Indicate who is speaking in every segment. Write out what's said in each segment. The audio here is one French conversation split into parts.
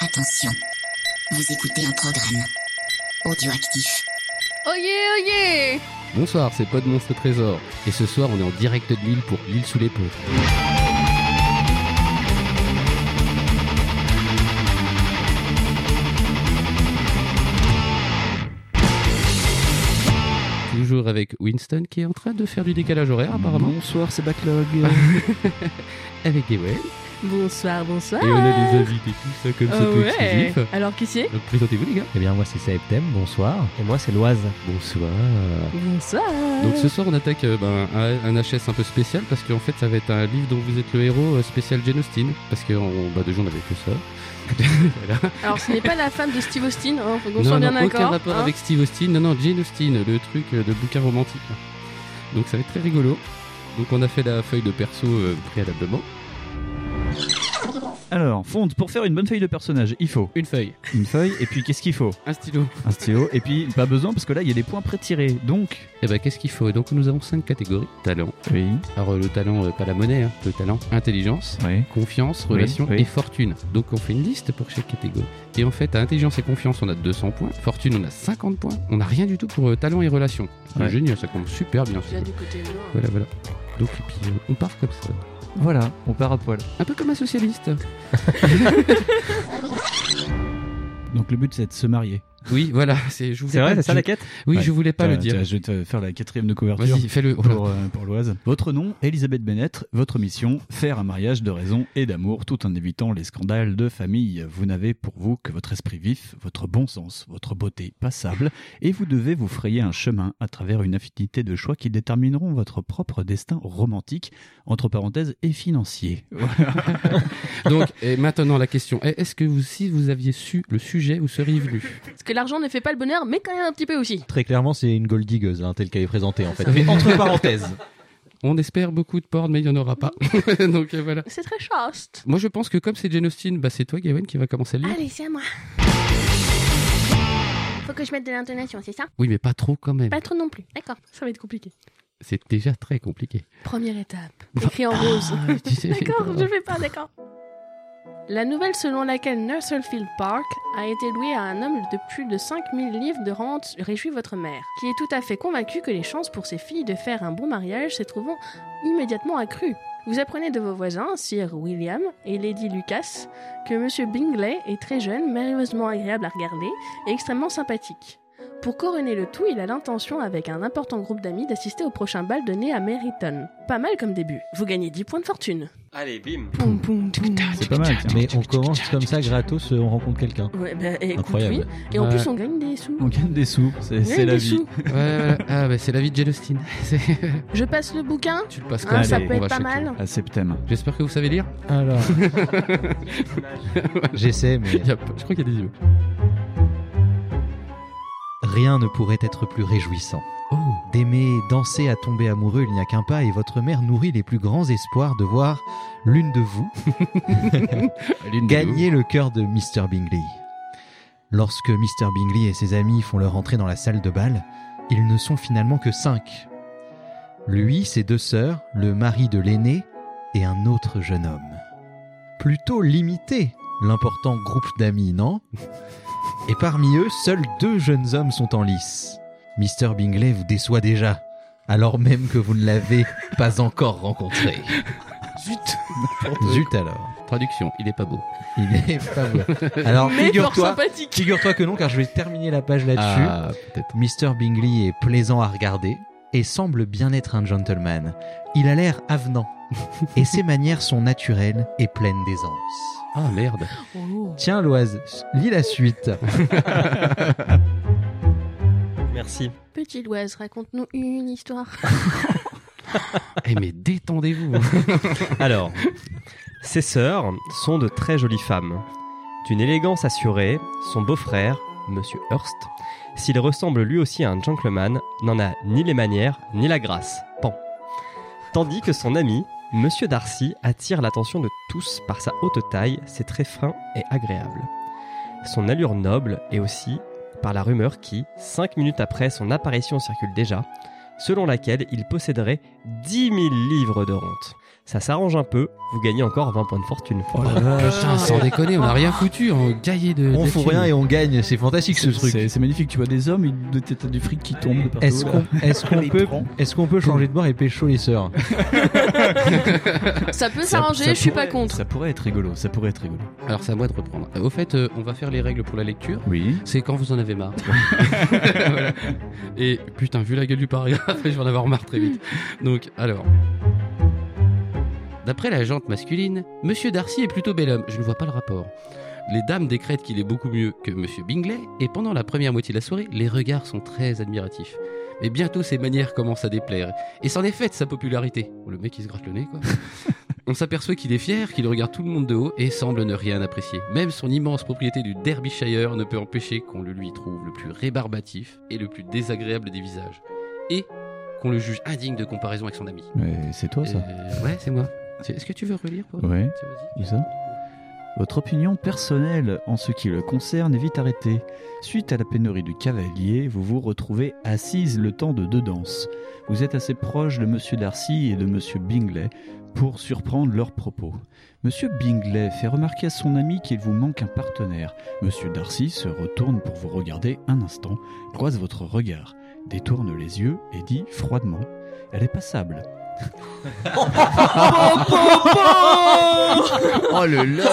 Speaker 1: Attention, vous écoutez un programme audioactif.
Speaker 2: Oyez, oyez
Speaker 3: Bonsoir, c'est Pod Monstre Trésor. Et ce soir, on est en direct de Lille pour Lille sous les ponts. Toujours avec Winston qui est en train de faire du décalage horaire apparemment,
Speaker 4: Bonsoir, c'est Backlog.
Speaker 3: avec Ah. Ewen.
Speaker 2: Bonsoir, bonsoir
Speaker 3: Mm. Et on a des invités tout ça comme
Speaker 2: Ah
Speaker 3: c'était
Speaker 2: ouais.
Speaker 3: exclusif.
Speaker 2: Alors qui c'est
Speaker 3: Donc présentez-vous les gars.
Speaker 5: Eh bien, moi c'est Saeptem, bonsoir. Et moi c'est Loise.
Speaker 3: Bonsoir.
Speaker 2: Bonsoir
Speaker 3: Donc ce soir on attaque euh, ben, un, un HS un peu spécial parce qu'en fait ça va être un livre dont vous êtes le héros euh, spécial Jane Austen parce que on, bah, déjà on avait que ça. Voilà.
Speaker 2: Alors ce n'est pas la femme de Steve Austin, hein, faut qu'on
Speaker 3: non,
Speaker 2: soit bien
Speaker 3: non, aucun
Speaker 2: d'accord.
Speaker 3: rapport
Speaker 2: hein.
Speaker 3: avec Steve Austin, non non Jane Austen, le truc euh, de bouquin romantique. là. Donc ça va être très rigolo. Donc on a fait la feuille de perso euh, préalablement.
Speaker 4: Alors, fonte, pour faire une bonne feuille de personnage, il faut
Speaker 3: Une feuille,
Speaker 4: une feuille, et puis qu'est-ce qu'il faut
Speaker 3: un stylo.
Speaker 4: Un stylo, et puis pas besoin parce que là il y a des points pré-tirés. Donc,
Speaker 3: Et ben qu'est-ce qu'il faut Donc nous avons cinq catégories. Talent.
Speaker 4: oui,
Speaker 3: Alors euh, le talent, euh, pas la monnaie, hein, le talent. Intelligence.
Speaker 4: oui.
Speaker 3: confiance,
Speaker 4: Oui,
Speaker 3: relation
Speaker 4: oui.
Speaker 3: et fortune. Donc on fait une liste pour chaque catégorie. Et en fait, à intelligence et confiance, on a 200 points. Fortune, on a 50 points. On n'a rien du tout pour euh, talent et relation. C'est
Speaker 4: Ouais.
Speaker 3: génial, ça compte super bien.
Speaker 2: Là, du côté noir.
Speaker 3: Voilà, voilà. Donc et puis, euh, on part comme ça.
Speaker 5: Voilà, on part à poil.
Speaker 3: Un peu comme un socialiste.
Speaker 4: Donc le but c'est de se marier.
Speaker 3: Oui, voilà. C'est je voulais
Speaker 5: C'est
Speaker 3: pas-
Speaker 5: vrai, c'est ça
Speaker 3: je-
Speaker 5: la quête
Speaker 3: Oui,
Speaker 4: Ouais.
Speaker 3: je voulais pas
Speaker 4: Tiens,
Speaker 3: le dire.
Speaker 4: Euh, tiens, Je vais te faire la quatrième de couverture.
Speaker 3: Vas-y, fais-le. Oh là.
Speaker 4: Pour, euh, pour l'Oise. Votre nom, Elisabeth Bennett. Votre mission, faire un mariage de raison et d'amour tout en évitant les scandales de famille. Vous n'avez pour vous que votre esprit vif, votre bon sens, votre beauté passable et vous devez vous frayer un chemin à travers une affinité de choix qui détermineront votre propre destin romantique, entre parenthèses, et financier. Voilà.
Speaker 3: Donc et maintenant la question est est-ce que vous, si vous aviez su le sujet, vous seriez venu
Speaker 2: Parce que l'argent ne fait pas le bonheur, mais quand même un petit peu aussi.
Speaker 5: Très clairement, c'est une gold diggeuse, hein, telle qu'elle est présentée en fait. Mais entre parenthèses.
Speaker 3: On espère beaucoup de porn, mais il y en aura pas. Donc euh, voilà.
Speaker 2: C'est très chaste
Speaker 3: Moi, je pense que comme c'est Jane Austen, bah, c'est toi, Gawain, qui va commencer le livre.
Speaker 6: Allez, c'est à moi. Faut que je mette de l'intonation, c'est ça
Speaker 3: Oui, mais pas trop quand même.
Speaker 6: Pas trop non plus, d'accord.
Speaker 2: Ça va être compliqué.
Speaker 3: C'est déjà très compliqué.
Speaker 2: Première étape, écrit
Speaker 3: Ah.
Speaker 2: en rose.
Speaker 3: Tu sais,
Speaker 6: D'accord, je vais pas, d'accord.
Speaker 2: La nouvelle selon laquelle Nurselfield Park a été loué à un homme de plus de 5000 livres de rente réjouit votre mère, qui est tout à fait convaincue que les chances pour ses filles de faire un bon mariage se trouvent immédiatement accrues. Vous apprenez de vos voisins, Sir William et Lady Lucas, que M. Bingley est très jeune, merveilleusement agréable à regarder et extrêmement sympathique. Pour couronner le tout, il a l'intention, avec un important groupe d'amis, d'assister au prochain bal donné à Meryton. Pas mal comme début. Vous gagnez 10 points de fortune.
Speaker 7: Allez, bim
Speaker 2: Poum, poum, poum.
Speaker 4: C'est pas mal. tiens.
Speaker 5: Mais on commence comme ça, gratos, euh, on rencontre quelqu'un.
Speaker 2: Ouais, bah, écoute,
Speaker 5: Incroyable.
Speaker 2: oui. Et en
Speaker 3: Ouais.
Speaker 2: plus, on gagne des sous.
Speaker 4: On gagne des sous,
Speaker 2: On
Speaker 4: c'est
Speaker 2: gagne
Speaker 4: c'est la
Speaker 2: des
Speaker 4: vie.
Speaker 2: sous.
Speaker 3: Ouais, ouais, ouais. ah, bah, c'est la vie de Jane Austen. C'est-
Speaker 2: Je passe le bouquin.
Speaker 3: tu le passes
Speaker 2: hein,
Speaker 3: comme
Speaker 2: ça
Speaker 4: allez,
Speaker 2: peut
Speaker 3: on
Speaker 2: être
Speaker 3: va
Speaker 2: pas
Speaker 3: chacun.
Speaker 2: mal.
Speaker 4: À septembre.
Speaker 3: J'espère que vous savez lire.
Speaker 5: Alors. J'essaie, mais
Speaker 3: Il y a pas- Je crois qu'il y a des yeux.
Speaker 5: rien ne pourrait être plus réjouissant.
Speaker 3: Oh,
Speaker 5: D'aimer, danser à tomber amoureux, il n'y a qu'un pas, et votre mère nourrit les plus grands espoirs de voir l'une de vous
Speaker 4: L'une des deux.
Speaker 5: Gagner le cœur de Mr. Bingley. Lorsque Mr. Bingley et ses amis font leur entrée dans la salle de bal, ils ne sont finalement que cinq. Lui, ses deux sœurs, le mari de l'aîné et un autre jeune homme. Plutôt limité, l'important groupe d'amis, non Et parmi eux, seuls deux jeunes hommes sont en lice. Mr. Bingley vous déçoit déjà, alors même que vous ne l'avez pas encore rencontré. Zut Zut alors
Speaker 3: traduction, il est pas beau.
Speaker 5: il est pas beau. Alors
Speaker 2: Mais fort
Speaker 5: figure-toi,
Speaker 2: sympathique.
Speaker 5: figure-toi que non, car je vais terminer la page là-dessus.
Speaker 3: Ah, peut-être.
Speaker 5: Mr. Bingley est plaisant à regarder et semble bien être un gentleman. Il a l'air avenant et ses manières sont naturelles et pleines d'aisance.
Speaker 3: Ah, merde.
Speaker 5: Tiens, Loise, lis la suite.
Speaker 7: Merci.
Speaker 6: Petit Loise, raconte-nous une histoire.
Speaker 3: Eh, mais détendez-vous.
Speaker 7: Alors, ses sœurs sont de très jolies femmes. D'une élégance assurée, son beau-frère, Monsieur Hurst, s'il ressemble lui aussi à un gentleman, n'en a ni les manières ni la grâce. Pan. Tandis que son ami, Monsieur Darcy, attire l'attention de tous par sa haute taille, ses traits fins et agréables. Son allure noble et aussi par la rumeur qui, cinq minutes après son apparition circule déjà, selon laquelle il posséderait 10 000 livres de rente. Ça s'arrange un peu, vous gagnez encore 20 points de fortune.
Speaker 3: Oh la vache, putain, sans déconner, on a rien foutu en gaillé de.
Speaker 5: Ah. On
Speaker 3: de
Speaker 5: fout
Speaker 3: thunes.
Speaker 5: rien et on gagne, c'est fantastique ce truc.
Speaker 4: C'est c'est magnifique, tu vois des hommes, ils- de- t'as du fric qui tombe de partout.
Speaker 5: Est-ce
Speaker 4: là.
Speaker 5: qu'on est-ce qu'on
Speaker 4: Les
Speaker 5: peut,
Speaker 4: prend.
Speaker 5: est qu'on peut changer de bord et pécho les sœurs
Speaker 2: Ça peut
Speaker 4: Ça-
Speaker 2: s'arranger,
Speaker 4: ça
Speaker 2: je suis
Speaker 4: pourrait-
Speaker 2: pas contre.
Speaker 4: Ça pourrait être rigolo, ça pourrait être rigolo.
Speaker 3: Alors c'est à moi de reprendre. Euh, Au fait, euh, on va faire les règles pour la lecture.
Speaker 4: Oui.
Speaker 3: C'est quand vous en avez marre. Voilà. Et putain, vu la gueule du paragraphe, je vais en avoir marre très vite. Donc, alors. D'après la jante masculine, Monsieur Darcy est plutôt bel homme. Je ne vois pas le rapport. Les dames décrètent qu'il est beaucoup mieux que Monsieur Bingley, et pendant la première moitié de la soirée, les regards sont très admiratifs. Mais bientôt, ses manières commencent à déplaire. Et s'en est faite sa popularité. Bon, le mec, il se gratte le nez, quoi. On s'aperçoit qu'il est fier, qu'il regarde tout le monde de haut et semble ne rien apprécier. Même son immense propriété du Derbyshire ne peut empêcher qu'on le lui trouve le plus rébarbatif et le plus désagréable des visages. Et qu'on le juge indigne de comparaison avec son ami.
Speaker 4: Mais c'est toi ça
Speaker 3: Euh, ouais, c'est moi. C'est- Est-ce que tu veux relire, Paul
Speaker 4: Ouais.
Speaker 3: C'est- vas-y.
Speaker 4: C'est ça Votre opinion personnelle en ce qui le concerne est vite arrêtée. Suite à la pénurie du cavalier, vous vous retrouvez assise le temps de deux danses. Vous êtes assez proche de Monsieur Darcy et de Monsieur Bingley pour surprendre leurs propos. Monsieur Bingley fait remarquer à son ami qu'il vous manque un partenaire. Monsieur Darcy se retourne pour vous regarder un instant, croise votre regard, détourne les yeux et dit froidement Elle est passable.
Speaker 3: Oh le lol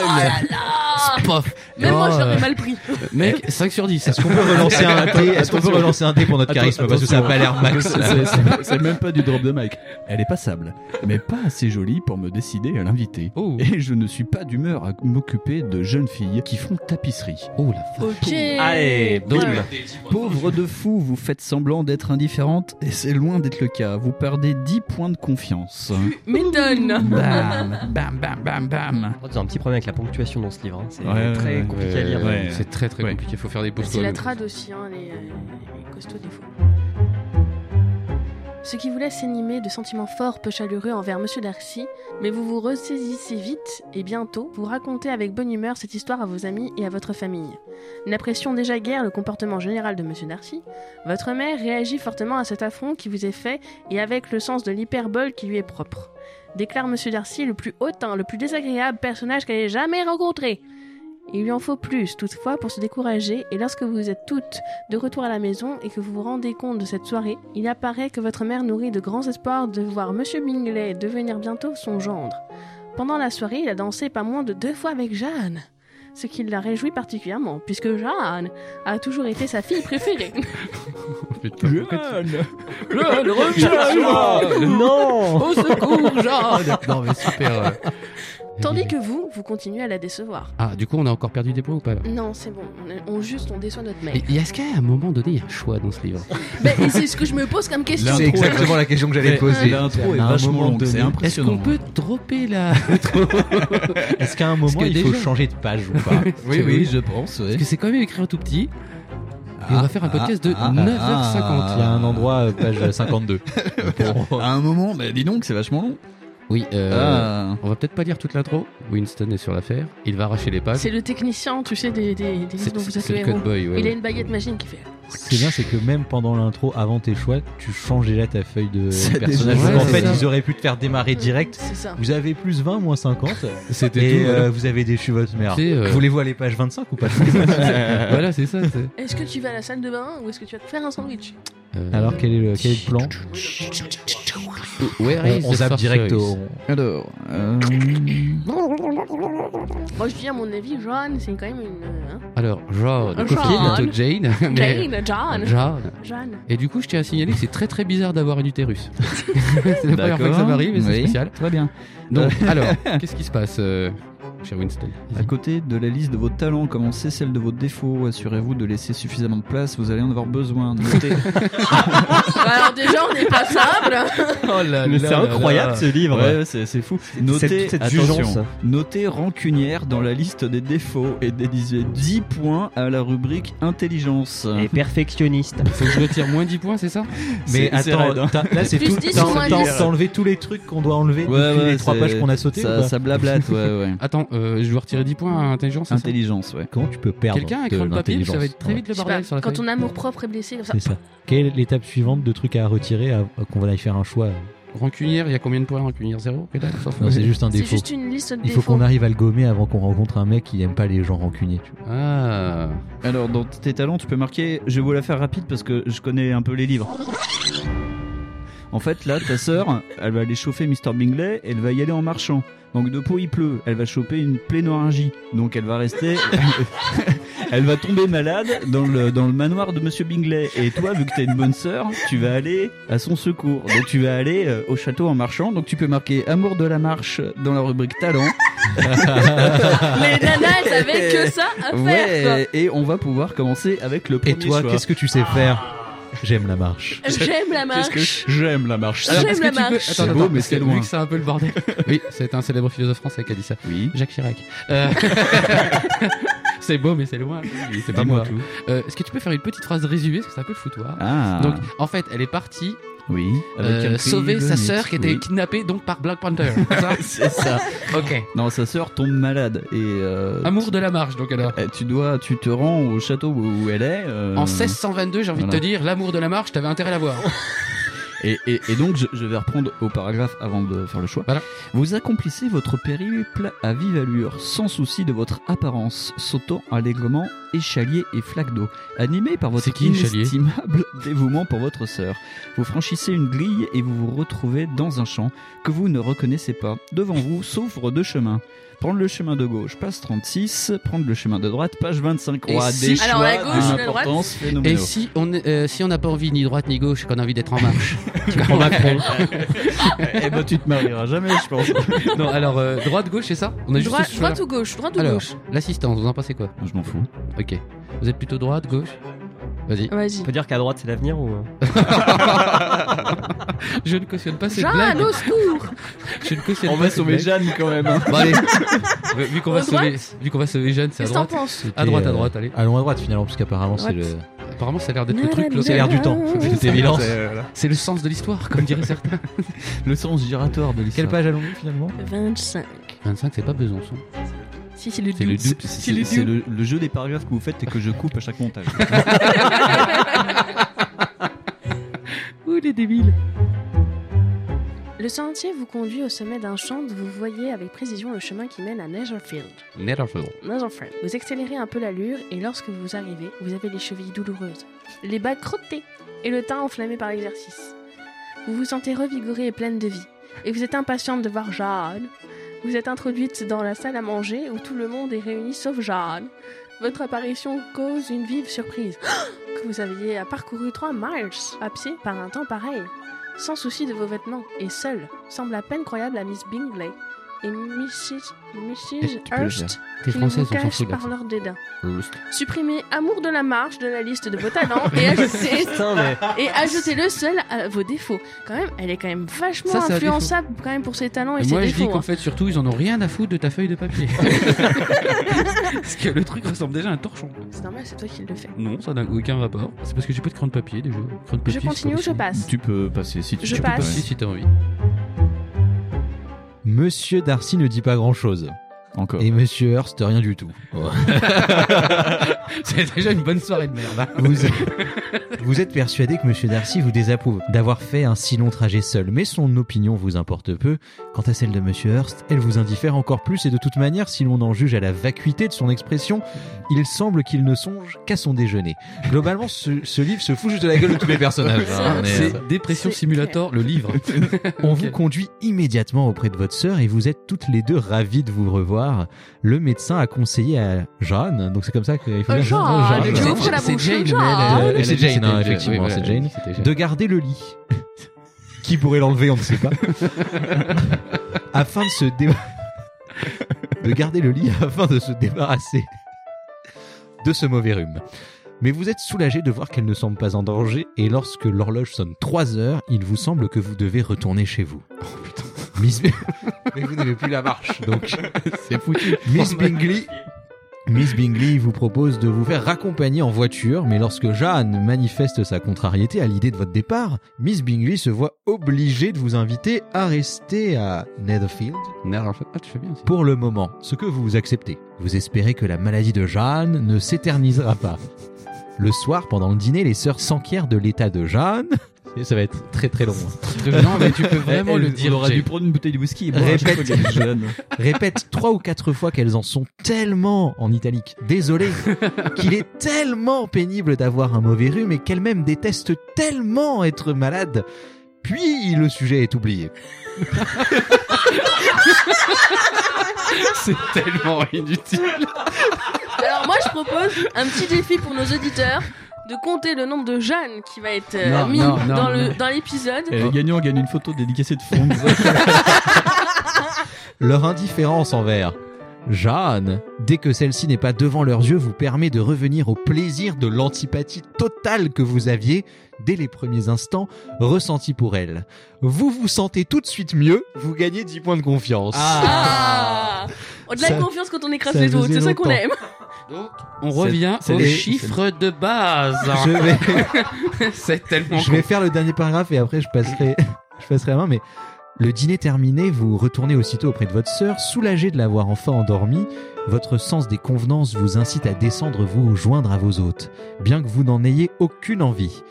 Speaker 3: Spoff
Speaker 2: Même moi, je
Speaker 3: Oh,
Speaker 2: l'aurais
Speaker 3: euh,
Speaker 2: mal pris.
Speaker 3: Mec, 5 sur 10.
Speaker 5: Est-ce qu'on peut relancer un dé Est-ce qu'on peut
Speaker 4: Attention.
Speaker 5: relancer un dé pour notre charisme Parce que ça a pas l'air max. là.
Speaker 4: C'est- c'est- C'est même pas du drop de mic. Elle est passable, mais pas assez jolie pour me décider à l'inviter.
Speaker 3: Oh,
Speaker 4: Et je ne suis pas d'humeur à m'occuper de jeunes filles qui font tapisserie.
Speaker 3: oh la vache.
Speaker 2: Ok.
Speaker 7: Allez,
Speaker 3: Donc,
Speaker 2: Ouais.
Speaker 4: Pauvre de fou, vous faites semblant d'être indifférente et c'est loin d'être le cas. Vous perdez 10 points de confiance.
Speaker 2: M'étonne.
Speaker 4: Bam, bam, bam, bam, bam.
Speaker 7: Ils ont Oh, un petit problème avec la ponctuation dans ce livre, hein. c'est
Speaker 4: Ouais,
Speaker 7: très
Speaker 4: ouais,
Speaker 7: compliqué à lire.
Speaker 4: ouais.
Speaker 3: C'est très très
Speaker 4: Ouais.
Speaker 3: compliqué, faut faire des pauses
Speaker 2: C'est la
Speaker 3: toi-même.
Speaker 2: trad aussi, hein, les, les costauds des fois. Ce qui vous laisse animer de sentiments forts peu chaleureux envers Monsieur Darcy, mais vous vous ressaisissez vite et bientôt vous racontez avec bonne humeur cette histoire à vos amis et à votre famille. N'appréciant déjà guère le comportement général de Monsieur Darcy, votre mère réagit fortement à cet affront qui vous est fait et avec le sens de l'hyperbole qui lui est propre. Déclare Monsieur Darcy le plus hautain, le plus désagréable personnage qu'elle ait jamais rencontré. Il lui en faut plus, toutefois, pour se décourager, et lorsque vous êtes toutes de retour à la maison et que vous vous rendez compte de cette soirée, il apparaît que votre mère nourrit de grands espoirs de voir Monsieur Bingley devenir bientôt son gendre. Pendant la soirée, il a dansé pas moins de deux fois avec Jeanne, ce qui l'a réjoui particulièrement, puisque Jeanne a toujours été sa fille préférée.
Speaker 3: Putain, pourquoi tu-
Speaker 2: Jeanne, reviens
Speaker 7: Ah, Non
Speaker 2: Au secours, Jeanne
Speaker 3: Non mais super. euh.
Speaker 2: Tandis que vous, vous continuez à la décevoir.
Speaker 3: Ah, du coup, on a encore perdu des points ou pas là
Speaker 2: Non, c'est bon, on, on juste, on déçoit notre mère.
Speaker 3: Et- et Est-ce qu'à un moment donné, il y a un choix dans ce livre
Speaker 2: Mais et c'est ce que je me pose comme question.
Speaker 5: C'est exactement la question que j'allais te poser.
Speaker 4: L'intro est
Speaker 5: À un
Speaker 4: vachement
Speaker 5: moment
Speaker 4: longue, c'est
Speaker 5: donné,
Speaker 3: Est-ce
Speaker 4: impressionnant.
Speaker 3: qu'on peut dropper la...
Speaker 5: Est-ce qu'à un moment
Speaker 3: Parce que
Speaker 5: il faut
Speaker 3: déjà-
Speaker 5: changer de page ou pas
Speaker 3: Oui, oui,
Speaker 4: je pense. Ah,
Speaker 3: Parce que c'est quand même écrit en tout petit. Et on va faire un podcast de 9h50.
Speaker 5: Il y a un endroit euh, page Ah, 52. Pour-
Speaker 4: À un moment, bah dis donc, c'est vachement long.
Speaker 3: Oui, euh,
Speaker 4: Ah.
Speaker 3: on va peut-être pas lire toute l'intro. Winston est sur l'affaire. Il va arracher les pages.
Speaker 2: C'est le technicien, tu sais, des, des, des livres dont vous êtes le
Speaker 3: le
Speaker 2: héros.
Speaker 3: code boy. ouais,
Speaker 2: Il a
Speaker 3: ouais.
Speaker 2: une baguette magique qui fait.
Speaker 5: Ce qui est bien, c'est que même pendant l'intro, avant tes choix, tu changes déjà ta feuille de
Speaker 4: C'est
Speaker 5: personnage.
Speaker 3: déjà-
Speaker 5: Donc, en
Speaker 3: Ouais,
Speaker 5: fait,
Speaker 3: c'est ça.
Speaker 5: ils auraient pu te faire démarrer direct.
Speaker 2: C'est ça.
Speaker 5: Vous avez plus 20, moins 50.
Speaker 3: C'était
Speaker 5: Et
Speaker 3: tout.
Speaker 5: euh, vous avez déchu votre
Speaker 3: voilà.
Speaker 5: mère.
Speaker 3: C'est, euh,
Speaker 5: Voulez-vous aller page 25 ou pas
Speaker 3: voilà, c'est ça. c'est-
Speaker 2: Est-ce que tu vas à la salle de bain ou est-ce que tu vas te faire un sandwich
Speaker 3: Euh,
Speaker 5: Alors, quel est le, quel est le plan
Speaker 3: where
Speaker 5: On,
Speaker 3: is
Speaker 5: on
Speaker 3: the
Speaker 5: zappe
Speaker 3: first
Speaker 5: direct
Speaker 3: choice
Speaker 5: au.
Speaker 4: Alors, euh,
Speaker 2: Moi, je dis à mon avis, John, c'est quand même une. euh, hein.
Speaker 3: Alors, John,
Speaker 2: John.
Speaker 3: copine de Jane. mais-
Speaker 2: Jane, John,
Speaker 3: John.
Speaker 2: John.
Speaker 3: Et du coup, je tiens à signaler que c'est très très bizarre d'avoir un utérus. c'est la première fois que ça
Speaker 4: D'accord.
Speaker 3: m'arrive et c'est
Speaker 4: Oui.
Speaker 3: spécial.
Speaker 4: très bien.
Speaker 3: Donc, alors, qu'est-ce qui se passe, euh, cher Winston
Speaker 4: À côté de la liste de vos talents, commencez celle de vos défauts. Assurez-vous de laisser suffisamment de place, vous allez en avoir besoin. Notez-
Speaker 2: Bah, Alors, déjà, on n'est pas simple.
Speaker 3: Oh là
Speaker 7: Mais c'est incroyable ce livre
Speaker 4: Ah Ouais, ouais, c'est c'est fou. Notez,
Speaker 7: Cette, cette
Speaker 4: attention,
Speaker 7: jugeance.
Speaker 4: notez rancunière dans la liste des défauts et déduisez 10 points à la rubrique intelligence.
Speaker 7: Et perfectionniste.
Speaker 3: Faut que je retire moins 10 points, c'est ça
Speaker 4: C'est-
Speaker 5: Mais
Speaker 4: c'est raide,
Speaker 5: attends,
Speaker 4: hein.
Speaker 5: t'as- là c'est
Speaker 2: Plus
Speaker 5: tout.
Speaker 2: 10
Speaker 5: t'as-
Speaker 2: ou moins
Speaker 5: t'as-
Speaker 2: 10.
Speaker 5: T'as enlevé tous les trucs qu'on doit enlever
Speaker 4: Ouais,
Speaker 5: depuis
Speaker 4: ouais,
Speaker 5: les trois
Speaker 4: c'est-
Speaker 5: pages qu'on a sautées. ou
Speaker 4: ça,
Speaker 5: pas
Speaker 4: ça blablate, ouais, ouais.
Speaker 3: Attends, euh, je dois retirer 10 points à intelligence. c'est ça
Speaker 4: Intelligence, ouais.
Speaker 5: Comment tu peux perdre
Speaker 3: Quelqu'un a
Speaker 5: de
Speaker 3: craint le papier, puis ça va
Speaker 5: l'intelligence
Speaker 3: être très vite le
Speaker 2: Je sais
Speaker 3: bordel
Speaker 2: pas,
Speaker 3: sur la
Speaker 2: quand
Speaker 3: feuille.
Speaker 2: ton amour propre est blessé, comme ça.
Speaker 5: C'est ça. Quelle est l'étape suivante de trucs à retirer à- qu'on va euh, aller faire un choix
Speaker 3: Rancunière, il y a combien de points rancunière Zéro peut-être Sauf-
Speaker 5: Non, c'est juste un
Speaker 2: C'est
Speaker 5: défaut.
Speaker 2: juste une liste de
Speaker 5: Il faut
Speaker 2: défauts.
Speaker 5: qu'on arrive à le gommer avant qu'on rencontre un mec qui aime pas les gens rancuniers. tu vois.
Speaker 3: Ah.
Speaker 4: Alors, dans tes talents, tu peux marquer. Je vais vous la faire rapide parce que je connais un peu les livres. En fait, là, ta sœur, elle va aller chauffer Mr. Bingley, elle va y aller en marchant. Donc, de peau, il pleut. Elle va choper une plénorragie. Donc, elle va rester. elle va tomber malade dans le, dans le manoir de Monsieur Bingley. Et toi, vu que t'es une bonne sœur, tu vas aller à son secours. Donc, tu vas aller euh, au château en marchant. Donc, tu peux marquer Amour de la marche dans la rubrique talent.
Speaker 2: Les nanas, elles avaient que ça à faire.
Speaker 4: Ouais, et on va pouvoir commencer avec le premier
Speaker 5: Et toi,
Speaker 4: choix.
Speaker 5: qu'est-ce que tu sais faire J'aime la marche.
Speaker 2: quoi. J'aime la
Speaker 4: Qu'est-ce
Speaker 2: marche.
Speaker 4: que je- j'aime la marche
Speaker 2: J'aime
Speaker 3: est-ce
Speaker 2: la
Speaker 3: que tu peux-
Speaker 2: marche.
Speaker 3: Attends,
Speaker 4: C'est
Speaker 3: attends,
Speaker 4: beau, mais
Speaker 3: parce
Speaker 4: c'est
Speaker 3: que
Speaker 4: loin.
Speaker 3: Vu que c'est un peu le bordel. oui, c'est un célèbre philosophe français qui a dit ça.
Speaker 4: Ah, Oui.
Speaker 3: Jacques Chirac. Euh, c'est beau, mais c'est loin. Oui, C'est pas moi. Euh, Est-ce que tu peux faire une petite phrase résumée Parce que c'est un peu le foutoir.
Speaker 4: Ah.
Speaker 3: Donc, en fait, elle est partie
Speaker 4: oui.
Speaker 3: euh, sauver sa sœur qui était
Speaker 4: Oui.
Speaker 3: kidnappée donc par Black Panther. c'est ça
Speaker 4: C'est ça.
Speaker 3: ok.
Speaker 4: Non, sa sœur tombe malade et. euh,
Speaker 3: Amour de la marche, donc alors.
Speaker 4: eh, Tu dois, tu te rends au château où où elle est. euh,
Speaker 3: En 1622, j'ai envie de
Speaker 4: voilà.
Speaker 3: te dire, l'amour de la marche, t'avais intérêt à l'avoir.
Speaker 4: Et, et- et donc, je, je vais reprendre au paragraphe avant de faire le choix.
Speaker 3: Voilà.
Speaker 4: Vous accomplissez votre périple à vive allure, sans souci de votre apparence, sautant allègrement échalier et flaque d'eau, animé par votre
Speaker 3: C'est qui, Échalier
Speaker 4: inestimable dévouement pour votre sœur. Vous franchissez une grille et vous vous retrouvez dans un champ que vous ne reconnaissez pas. Devant vous s'ouvrent deux chemins. Prendre le chemin de gauche, page 36. Prendre le chemin de droite, page 25.
Speaker 3: Et
Speaker 4: Ouah,
Speaker 3: si-
Speaker 4: des
Speaker 2: Alors,
Speaker 4: choix
Speaker 2: la gauche,
Speaker 4: d'une
Speaker 2: la droite Eh
Speaker 4: importance
Speaker 3: Et
Speaker 4: phénoménale.
Speaker 3: si on euh, si on n'a pas envie ni droite ni gauche, qu'on a envie d'être en marche Tu comprends Macron
Speaker 4: Eh ben, tu te marieras jamais, je pense.
Speaker 3: Non, alors euh, droite gauche, c'est ça On a juste
Speaker 2: Droit-
Speaker 3: ce choix-là.
Speaker 2: droite ou gauche Droite ou
Speaker 3: Alors,
Speaker 2: gauche
Speaker 3: l'assistance, vous en pensez quoi
Speaker 4: Je m'en fous.
Speaker 3: Ok. Vous êtes plutôt droite, gauche Vas-y.
Speaker 2: Vas-y.
Speaker 7: On peut dire qu'à droite c'est l'avenir ou euh
Speaker 3: Je ne cautionne pas cette
Speaker 2: Jean,
Speaker 3: blague.
Speaker 2: au secours
Speaker 3: Je ne cautionne
Speaker 4: On
Speaker 3: pas
Speaker 4: va
Speaker 3: cette
Speaker 4: sauver
Speaker 3: blague.
Speaker 4: Jeanne quand même. hein.
Speaker 3: Bon, allez. Vu- vu qu'on va
Speaker 2: Au
Speaker 3: sauver, vu qu'on va sauver Jeanne, c'est à
Speaker 2: Qu'est-ce que t'en
Speaker 3: droite.
Speaker 2: penses
Speaker 5: C'était,
Speaker 3: À droite, à
Speaker 5: euh,
Speaker 3: droite, allez.
Speaker 5: Allons à droite finalement, parce qu'apparemment c'est le.
Speaker 3: Apparemment, ça a l'air d'être le truc.
Speaker 5: C'est l'air du temps. C'était évident.
Speaker 4: euh,
Speaker 3: C'est le sens de l'histoire, comme diraient certains.
Speaker 4: Le sens giratoire de
Speaker 5: Quelle
Speaker 4: l'histoire.
Speaker 5: page allons-nous finalement
Speaker 2: 25.
Speaker 3: 25, c'est pas Besançon.
Speaker 2: Si, c'est le
Speaker 3: C'est le
Speaker 2: doux.
Speaker 3: dupe.
Speaker 4: C'est le, c'est le- le jeu des paragraphes que vous faites et que je coupe à chaque montage.
Speaker 2: Ouh, les débiles Le sentier vous conduit au sommet d'un champ d'où vous voyez avec précision le chemin qui mène à Netherfield.
Speaker 3: Netherfield.
Speaker 2: Netherfield. Vous accélérez un peu l'allure et lorsque vous arrivez, vous avez les chevilles douloureuses, les bas crottés et le teint enflammé par l'exercice. Vous vous sentez revigorée et pleine de vie et vous êtes impatiente de voir Jeanne. Vous êtes introduite dans la salle à manger où tout le monde est réuni sauf Jeanne. Votre apparition cause une vive surprise que vous aviez parcouru 3 miles à pied par un temps pareil, sans souci de vos vêtements et seule, semble à peine croyable à Miss Bingley et Mrs.
Speaker 3: Eh,
Speaker 2: Mrs.
Speaker 3: tu peux le
Speaker 2: Hurst
Speaker 3: T'es
Speaker 2: qui vous
Speaker 3: française, on s'en
Speaker 2: cachent
Speaker 3: fout. là.
Speaker 2: par leur dédain.
Speaker 3: Hurst.
Speaker 2: Supprimez Amour de la marche de la liste de vos talents et ajoutez, et ajoutez le seul à vos défauts. Quand même, elle est quand même vachement
Speaker 3: Ça, c'est un
Speaker 2: influençable quand même pour ses talents et,
Speaker 3: Et
Speaker 2: ses
Speaker 3: moi, je dis
Speaker 2: défauts.
Speaker 3: qu'en
Speaker 2: hein.
Speaker 3: fait, surtout, ils en ont rien à foutre de ta feuille de papier. Parce que le truc ressemble déjà à un torchon.
Speaker 2: C'est normal, c'est toi qui le fais.
Speaker 3: Non, ça n'a aucun rapport. C'est parce que j'ai pas de cran de papier déjà. Cran de
Speaker 2: Je
Speaker 3: papier, c'est
Speaker 2: continue
Speaker 3: pas
Speaker 2: ou je
Speaker 3: possible. Bah,
Speaker 2: passe
Speaker 4: tu peux passer si tu
Speaker 2: Je
Speaker 4: tu peux
Speaker 2: passe.
Speaker 3: Si,
Speaker 4: passer.
Speaker 3: si t'as envie.
Speaker 5: Monsieur Darcy ne dit pas grand chose.
Speaker 4: Encore.
Speaker 5: Et Monsieur Hurst, rien du tout.
Speaker 3: C'est déjà une bonne soirée de merde. hein.
Speaker 5: Vous, vous êtes persuadé que Monsieur Darcy vous désapprouve d'avoir fait un si long trajet seul, mais son opinion vous importe peu. Quant à celle de Monsieur Hurst, elle vous indiffère encore plus et de toute manière, si l'on en juge à la vacuité de son expression, il semble qu'il ne songe qu'à son déjeuner. Globalement, ce, ce livre se fout juste de la gueule de tous les personnages. hein,
Speaker 3: Ah,
Speaker 5: mais-
Speaker 3: C'est Dépression
Speaker 2: C'est
Speaker 3: Simulator, le livre.
Speaker 5: On
Speaker 3: Ok.
Speaker 5: vous conduit immédiatement auprès de votre sœur et vous êtes toutes les deux ravies de vous revoir. Le médecin a conseillé à Jeanne, donc c'est comme ça qu'il faut
Speaker 2: Euh,
Speaker 5: dire
Speaker 2: Jeanne,
Speaker 5: Non,
Speaker 2: tu
Speaker 5: Jeanne.
Speaker 2: ouvres la
Speaker 3: C'est
Speaker 2: bouche,
Speaker 3: Ah, Jane,
Speaker 2: Jeanne.
Speaker 3: mais elle- elle a
Speaker 5: Euh, c'est
Speaker 3: dit que
Speaker 5: Jane,
Speaker 3: c'était
Speaker 5: hein, effectivement,
Speaker 3: oui,
Speaker 5: c'est
Speaker 3: voilà,
Speaker 5: Jane.
Speaker 3: c'était
Speaker 5: de garder le lit. Qui pourrait l'enlever, on ne sait pas. afin de se dé- de garder le lit afin de se débarrasser de ce mauvais rhume. Mais vous êtes soulagé de voir qu'elle ne semble pas en danger et lorsque l'horloge sonne 3 heures, il vous semble que vous devez retourner chez vous. Miss... Oh, Mais vous n'avez plus la marche, donc Oh, bah, c'est foutu. Miss Bingley Miss Bingley vous propose de vous faire raccompagner en voiture, mais lorsque Jeanne manifeste sa contrariété à l'idée de votre départ, Miss Bingley se voit obligée de vous inviter à rester à Netherfield
Speaker 3: Merde, en fait, ah, tu fais bien aussi.
Speaker 5: pour le moment, ce que vous acceptez. Vous espérez que la maladie de Jeanne ne s'éternisera pas. Le soir, pendant le dîner, les sœurs s'enquièrent de l'état de Jeanne. Et ça va être très très long. hein.
Speaker 3: Non, mais tu peux vraiment
Speaker 4: Eh,
Speaker 3: le
Speaker 4: elle-
Speaker 3: dire.
Speaker 4: On aurait
Speaker 3: Jay.
Speaker 4: dû prendre une bouteille de whisky et boire à chaque
Speaker 5: Répète.
Speaker 4: fois qu'elle est jeune.
Speaker 5: Répète trois ou quatre fois qu'elles en sont tellement en italique. Désolé, qu'il est tellement pénible d'avoir un mauvais rhume et qu'elles-mêmes détestent tellement être malade. Puis le sujet est oublié.
Speaker 3: C'est tellement inutile.
Speaker 2: Alors moi je propose un petit défi pour nos auditeurs de compter le nombre de Jeanne qui va être euh,
Speaker 3: Non,
Speaker 2: mis
Speaker 3: non, non,
Speaker 2: dans le
Speaker 3: non.
Speaker 2: dans l'épisode.
Speaker 4: Et les gagnants gagnent une photo dédicacée de fond.
Speaker 5: Leur indifférence envers Jeanne, dès que celle-ci n'est pas devant leurs yeux, vous permet de revenir au plaisir de l'antipathie totale que vous aviez, dès les premiers instants, ressenti pour elle. Vous vous sentez tout de suite mieux, vous gagnez 10 points de confiance.
Speaker 2: Ah On a de la
Speaker 5: Ça-
Speaker 2: confiance quand on écrase
Speaker 5: ça
Speaker 2: les autres,
Speaker 5: faisait
Speaker 2: c'est ça qu'on
Speaker 5: longtemps.
Speaker 2: aime.
Speaker 3: Donc, on
Speaker 4: C'est-
Speaker 3: revient
Speaker 4: c'est
Speaker 3: aux
Speaker 4: les-
Speaker 3: chiffres de base. hein.
Speaker 5: Je vais,
Speaker 3: C'est tellement
Speaker 5: je vais faire le dernier paragraphe et après je passerai, je passerai à main, mais le dîner terminé, vous retournez aussitôt auprès de votre sœur, soulagé de l'avoir enfin endormie. Votre sens des convenances vous incite à descendre vous joindre à vos hôtes, bien que vous n'en ayez aucune envie.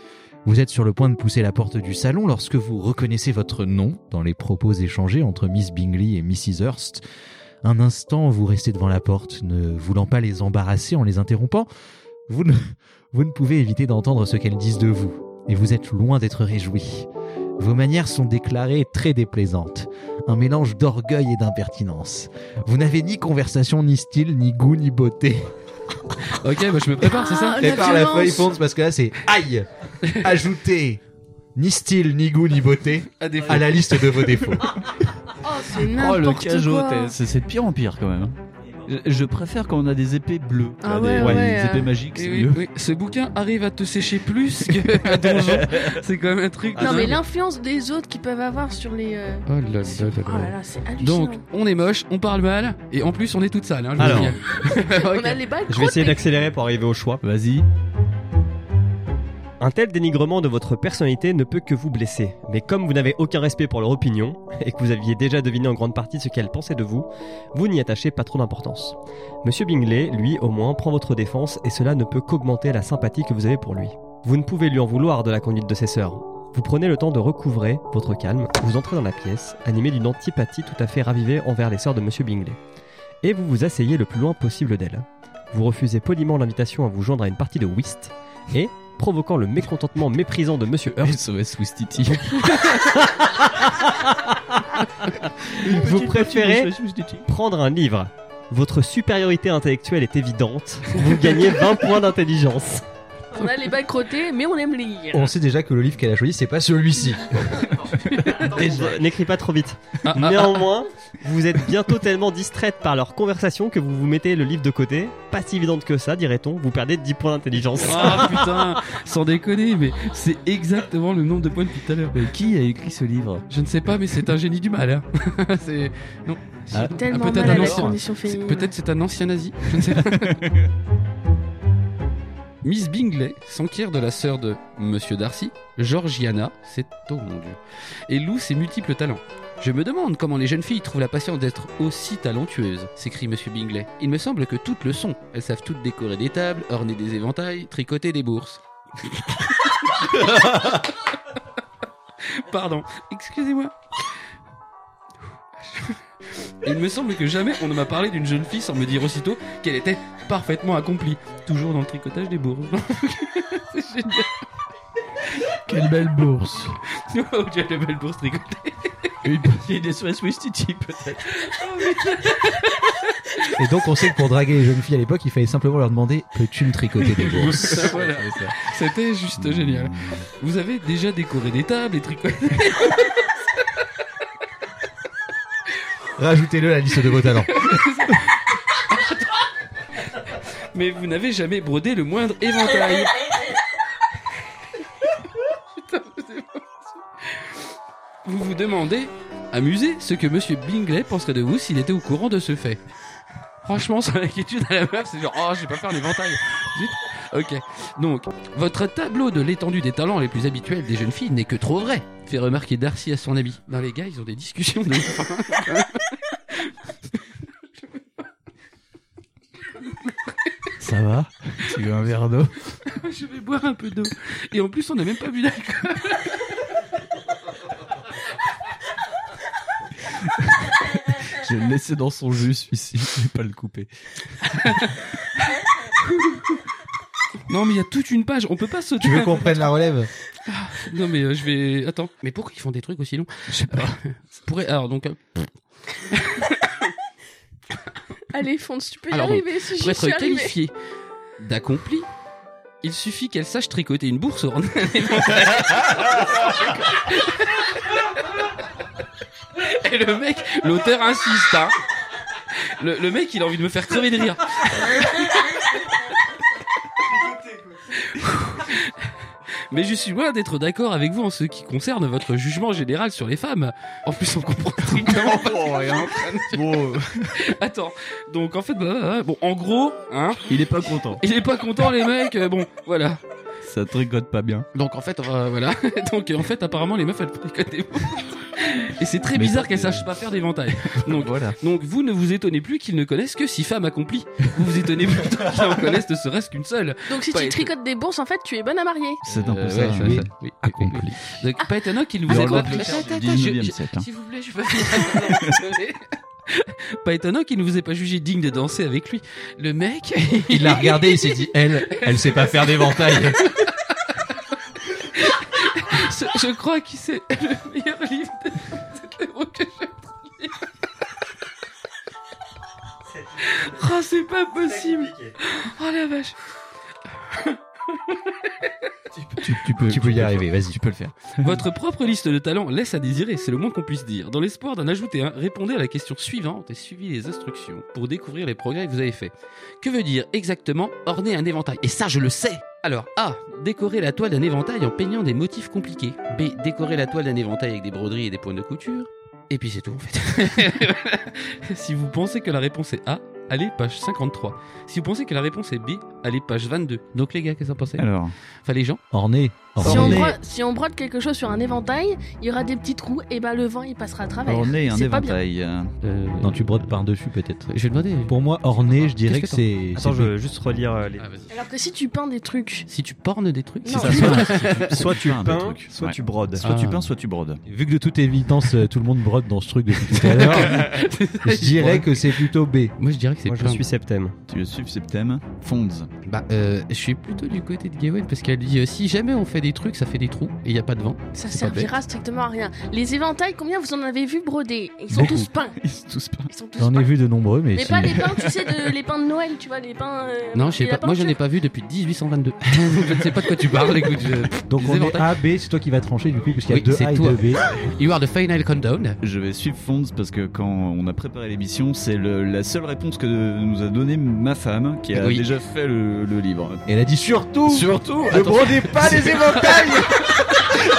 Speaker 5: Vous êtes sur le point de pousser la porte du salon lorsque vous reconnaissez votre nom dans les propos échangés entre Miss Bingley et Mrs. Hurst. Un instant, vous restez devant la porte, ne voulant pas les embarrasser en les interrompant. Vous ne, vous ne pouvez éviter d'entendre ce qu'elles disent de vous, et vous êtes loin d'être réjoui. Vos manières sont déclarées très déplaisantes, un mélange d'orgueil et d'impertinence. Vous n'avez ni conversation, ni style, ni goût, ni beauté.
Speaker 3: Ok, bah, je me prépare, c'est ça
Speaker 2: Ah, la
Speaker 5: Prépare la
Speaker 2: violence.
Speaker 5: feuille fonce parce que là c'est aïe Ajoutez ni style, ni goût, ni beauté
Speaker 3: À défaut.
Speaker 5: à la liste de vos défauts.
Speaker 2: Oh c'est
Speaker 4: Oh le
Speaker 2: n'importe
Speaker 4: cajot,
Speaker 2: quoi.
Speaker 3: eh,
Speaker 4: t'es- c'est c'est de pire en pire quand même. hein. Je, je préfère quand on a des épées bleues.
Speaker 2: Ah
Speaker 4: Là,
Speaker 2: ouais,
Speaker 4: des,
Speaker 2: ouais,
Speaker 4: des épées
Speaker 2: euh,
Speaker 4: magiques,
Speaker 3: Eh
Speaker 4: c'est
Speaker 3: oui,
Speaker 4: mieux.
Speaker 3: oui, ce bouquin arrive à te sécher plus qu'un donjon. C'est quand même un truc.
Speaker 2: Non mais
Speaker 3: de Ah, dingue.
Speaker 2: l'influence des autres qu'ils peuvent avoir sur les. euh,
Speaker 3: Oh là là
Speaker 2: sur-
Speaker 3: là là.
Speaker 2: Oh là là, c'est hallucinant.
Speaker 3: Donc, on est moche, on parle mal, et en plus, on est toute sale. Hein, je vous
Speaker 7: Alors.
Speaker 3: signale.
Speaker 2: on a les balles.
Speaker 7: Je vais essayer d'accélérer pour arriver au choix.
Speaker 4: Vas-y.
Speaker 7: Un tel dénigrement de votre personnalité ne peut que vous blesser, mais comme vous n'avez aucun respect pour leur opinion, et que vous aviez déjà deviné en grande partie ce qu'elles pensaient de vous, vous n'y attachez pas trop d'importance. Monsieur Bingley, lui, au moins, prend votre défense, et cela ne peut qu'augmenter la sympathie que vous avez pour lui. Vous ne pouvez lui en vouloir de la conduite de ses sœurs. Vous prenez le temps de recouvrer votre calme, vous entrez dans la pièce, animé d'une antipathie tout à fait ravivée envers les sœurs de Monsieur Bingley. Et vous vous asseyez le plus loin possible d'elles. Vous refusez poliment l'invitation à vous joindre à une partie de whist, et, provoquant le mécontentement méprisant de Monsieur Hurst,
Speaker 4: SOS Wistiti.
Speaker 7: vous préférez prendre un livre. Votre supériorité intellectuelle est évidente, vous gagnez 20 points d'intelligence.
Speaker 2: On a les balles crottées, mais on aime lire.
Speaker 5: On sait déjà que le livre qu'elle a choisi c'est pas celui-ci.
Speaker 7: Déjà, N'écris pas trop vite.
Speaker 3: Ah, ah, ah.
Speaker 7: Néanmoins, vous êtes bientôt tellement distraite par leur conversation que vous vous mettez le livre de côté. Pas si évidente que ça, dirait-on, vous perdez 10 points d'intelligence.
Speaker 3: Ah putain, sans déconner, mais c'est exactement le nombre de points depuis tout à l'heure.
Speaker 4: Mais Euh, qui a écrit ce livre
Speaker 3: Je ne sais pas, mais c'est un génie du mal. hein. c'est non.
Speaker 4: Ah,
Speaker 2: Tellement
Speaker 3: peut-être
Speaker 2: mal à
Speaker 3: un
Speaker 2: la
Speaker 3: ancien-
Speaker 2: condition
Speaker 3: c'est-
Speaker 2: féminine.
Speaker 3: Peut-être c'est un ancien nazi. Je ne sais pas. Miss Bingley s'enquiert de la sœur de Monsieur Darcy, Georgiana, c'est oh mon dieu, et loue ses multiples talents. Je me demande comment les jeunes filles trouvent la patience d'être aussi talentueuses, s'écrie Monsieur Bingley. Il me semble que toutes le sont. Elles savent toutes décorer des tables, orner des éventails, tricoter des bourses. Pardon, excusez-moi. Et Il me semble que jamais on ne m'a parlé d'une jeune fille sans me dire aussitôt qu'elle était parfaitement accomplie, toujours dans le tricotage des bourses. C'est génial.
Speaker 4: Quelle belle bourse
Speaker 3: Oh, j'ai la belle bourse tricotée.
Speaker 4: Une partie des SOS Wistiti peut-être.
Speaker 3: Ah
Speaker 5: Et donc on sait que pour draguer les jeunes filles à l'époque, il fallait simplement leur demander peux-tu me tricoter des bourses
Speaker 3: ben Voilà. C'était juste génial. Vous avez déjà décoré des tables et tricoté.
Speaker 5: Rajoutez-le à la liste de vos talents.
Speaker 3: mais vous n'avez jamais brodé le moindre éventail. Putain, c'est pas possible. vous vous demandez, amusé, ce que Monsieur Bingley penserait de vous s'il était au courant de ce fait. Franchement, son inquiétude à la meuf, c'est genre, oh, je vais pas faire l'éventail. Zut. Ok. Donc, votre tableau de l'étendue des talents les plus habituels des jeunes filles n'est que trop vrai. Fait remarquer Darcy à son ami. Non, les gars, ils ont des discussions de.
Speaker 4: Ça va Tu veux un verre d'eau
Speaker 3: Je vais boire un peu d'eau. Et en plus, on n'a même pas bu d'alcool.
Speaker 4: J'ai laissé dans son jus celui-ci, je vais pas le couper.
Speaker 3: Non, mais il y a toute une page, on peut pas sauter.
Speaker 5: Tu veux qu'on prenne la relève
Speaker 3: Non, mais euh, je vais. Attends, mais pourquoi ils font des trucs aussi longs Je sais pas. pourrait... Alors, donc, euh,
Speaker 2: Allez, fonce, tu peux y
Speaker 3: Alors donc,
Speaker 2: arriver si
Speaker 3: pour
Speaker 2: je
Speaker 3: être
Speaker 2: suis arrivée.
Speaker 3: qualifié d'accompli, il suffit qu'elle sache tricoter une bourse en Et le mec, l'auteur insiste, hein. Le, le mec, il a envie de me faire crever de rire. Mais je suis loin d'être d'accord avec vous en ce qui concerne votre jugement général sur les femmes. En plus, on comprend strictement pas.
Speaker 4: Bon, euh,
Speaker 3: Attends, donc en fait, bah, bah, bah, bon, en gros, hein,
Speaker 4: il est pas content.
Speaker 3: il est pas content les mecs, euh, bon, voilà.
Speaker 4: Ça tricote pas bien.
Speaker 3: Donc en fait, euh, voilà. Donc euh, en fait, apparemment, les meufs elles tricotent des ventes. Et c'est très
Speaker 4: Mais
Speaker 3: bizarre
Speaker 4: ça,
Speaker 3: qu'elles
Speaker 4: euh,
Speaker 3: sachent pas faire des ventailles. Donc,
Speaker 4: Voilà.
Speaker 3: donc vous ne vous étonnez plus qu'ils ne connaissent que six femmes accomplies. Vous vous étonnez plutôt qu'ils en connaissent ne serait-ce qu'une seule.
Speaker 2: Donc si
Speaker 3: Pas
Speaker 2: tu
Speaker 3: et tout.
Speaker 2: tricotes des bourses, en fait, tu es bonne à marier.
Speaker 4: C'est un peu
Speaker 3: Euh,
Speaker 4: ça.
Speaker 3: ouais,
Speaker 4: hein.
Speaker 3: ça, ça, oui, oui,
Speaker 5: Accompli.
Speaker 3: oui. Donc pas étonnant qu'ils ne vous
Speaker 4: Dans
Speaker 3: aient pas...
Speaker 4: l'autre
Speaker 3: Attends,
Speaker 4: siècle
Speaker 3: attends,
Speaker 4: du
Speaker 3: attends, je-
Speaker 4: 19e
Speaker 3: je-
Speaker 4: siècle, hein.
Speaker 3: S'il vous plaît, je peux finir. Pas étonnant qu'il ne vous ait pas jugé digne de danser avec lui. Le mec,
Speaker 5: Il l'a regardé, il s'est dit, elle, elle sait pas faire d'éventail.
Speaker 3: Je, je crois que c'est le meilleur livre de de l'euro que j'ai pu lire. Oh, c'est pas possible. Oh la vache.
Speaker 4: Tu, tu peux,
Speaker 5: Tu peux y
Speaker 4: le
Speaker 5: arriver,
Speaker 4: faire.
Speaker 5: vas-y.
Speaker 4: Tu peux le faire.
Speaker 3: Votre propre liste de talents laisse à désirer, c'est le moins qu'on puisse dire. Dans l'espoir d'en ajouter un, répondez à la question suivante et suivez les instructions pour découvrir les progrès que vous avez faits. Que veut dire exactement orner un éventail Et ça, je le sais Alors, A. Décorer la toile d'un éventail en peignant des motifs compliqués. B. Décorer la toile d'un éventail avec des broderies et des points de couture. Et puis c'est tout, en fait. si vous pensez que la réponse est A, allez page 53. Si vous pensez que la réponse est B, allez page 22. Donc les gars, qu'est-ce que vous en pensez
Speaker 4: Ah, Alors,
Speaker 3: Enfin, les gens
Speaker 5: Orné.
Speaker 2: Si on,
Speaker 5: Orné.
Speaker 2: brode, si on brode quelque chose sur un éventail, il y aura des petits trous, et ben le vent il passera à
Speaker 3: Ah,
Speaker 2: travers.
Speaker 4: orner un
Speaker 2: C'est pas
Speaker 4: éventail. euh,
Speaker 5: Non, tu brodes par-dessus peut-être.
Speaker 3: Je vais demander.
Speaker 5: Pour moi, orné, je dirais que
Speaker 3: Qu'est-ce
Speaker 5: c'est.
Speaker 7: Attends,
Speaker 5: c'est
Speaker 7: je veux juste relire euh, les.
Speaker 3: Ah, vas-y.
Speaker 2: Alors que si tu peins des trucs,
Speaker 3: Si tu pornes des trucs,
Speaker 2: Non.
Speaker 4: ça, soit,
Speaker 7: Soit tu
Speaker 4: peins un des
Speaker 7: peins,
Speaker 4: trucs.
Speaker 7: soit
Speaker 4: Ouais.
Speaker 7: tu brodes.
Speaker 4: Soit tu
Speaker 3: Ah.
Speaker 4: peins, soit tu brodes.
Speaker 5: Vu que de toute évidence, euh, tout le monde brode dans ce truc depuis tout à l'heure, je dirais que c'est plutôt B.
Speaker 3: Moi je dirais que c'est
Speaker 7: Moi, je
Speaker 3: plein.
Speaker 7: suis septembre.
Speaker 4: Tu veux suivre ce thème Fonds.
Speaker 3: Bah, euh, je suis plutôt du côté de Gawain parce qu'elle dit euh, si jamais on fait des trucs, ça fait des trous et il y a pas de vent.
Speaker 2: ça
Speaker 3: C'est pas
Speaker 2: servira strictement à rien. Les éventails, combien vous en avez vu broder Ils sont
Speaker 5: Beaucoup.
Speaker 2: tous peints.
Speaker 4: Ils sont tous peints.
Speaker 2: Ils sont tous
Speaker 5: J'en
Speaker 2: peints.
Speaker 5: ai vu de nombreux, mais,
Speaker 2: Mais
Speaker 5: si-
Speaker 2: pas les pins, tu sais, de, les pins de Noël, tu vois, les pins. euh,
Speaker 3: Non, je sais
Speaker 2: et
Speaker 3: pas.
Speaker 2: la
Speaker 3: Moi, je n'ai
Speaker 2: peinture.
Speaker 3: pas vu depuis 1822. je ne sais pas de quoi tu parles. Écoute, je-
Speaker 5: Donc
Speaker 3: les
Speaker 5: on est
Speaker 3: éventails.
Speaker 5: A, B, c'est toi qui vas trancher du coup, parce qu'il y a
Speaker 3: Oui,
Speaker 5: deux
Speaker 3: c'est
Speaker 5: A et
Speaker 3: toi.
Speaker 5: deux B.
Speaker 3: You are the final countdown.
Speaker 4: Je vais suivre Fonds parce que quand on a préparé l'émission, c'est le- la seule réponse que nous a donnée ma femme qui a
Speaker 3: Oui.
Speaker 4: déjà fait le, le livre.
Speaker 5: Et elle a dit surtout
Speaker 4: Surtout,
Speaker 5: Ne brodez pas les éventails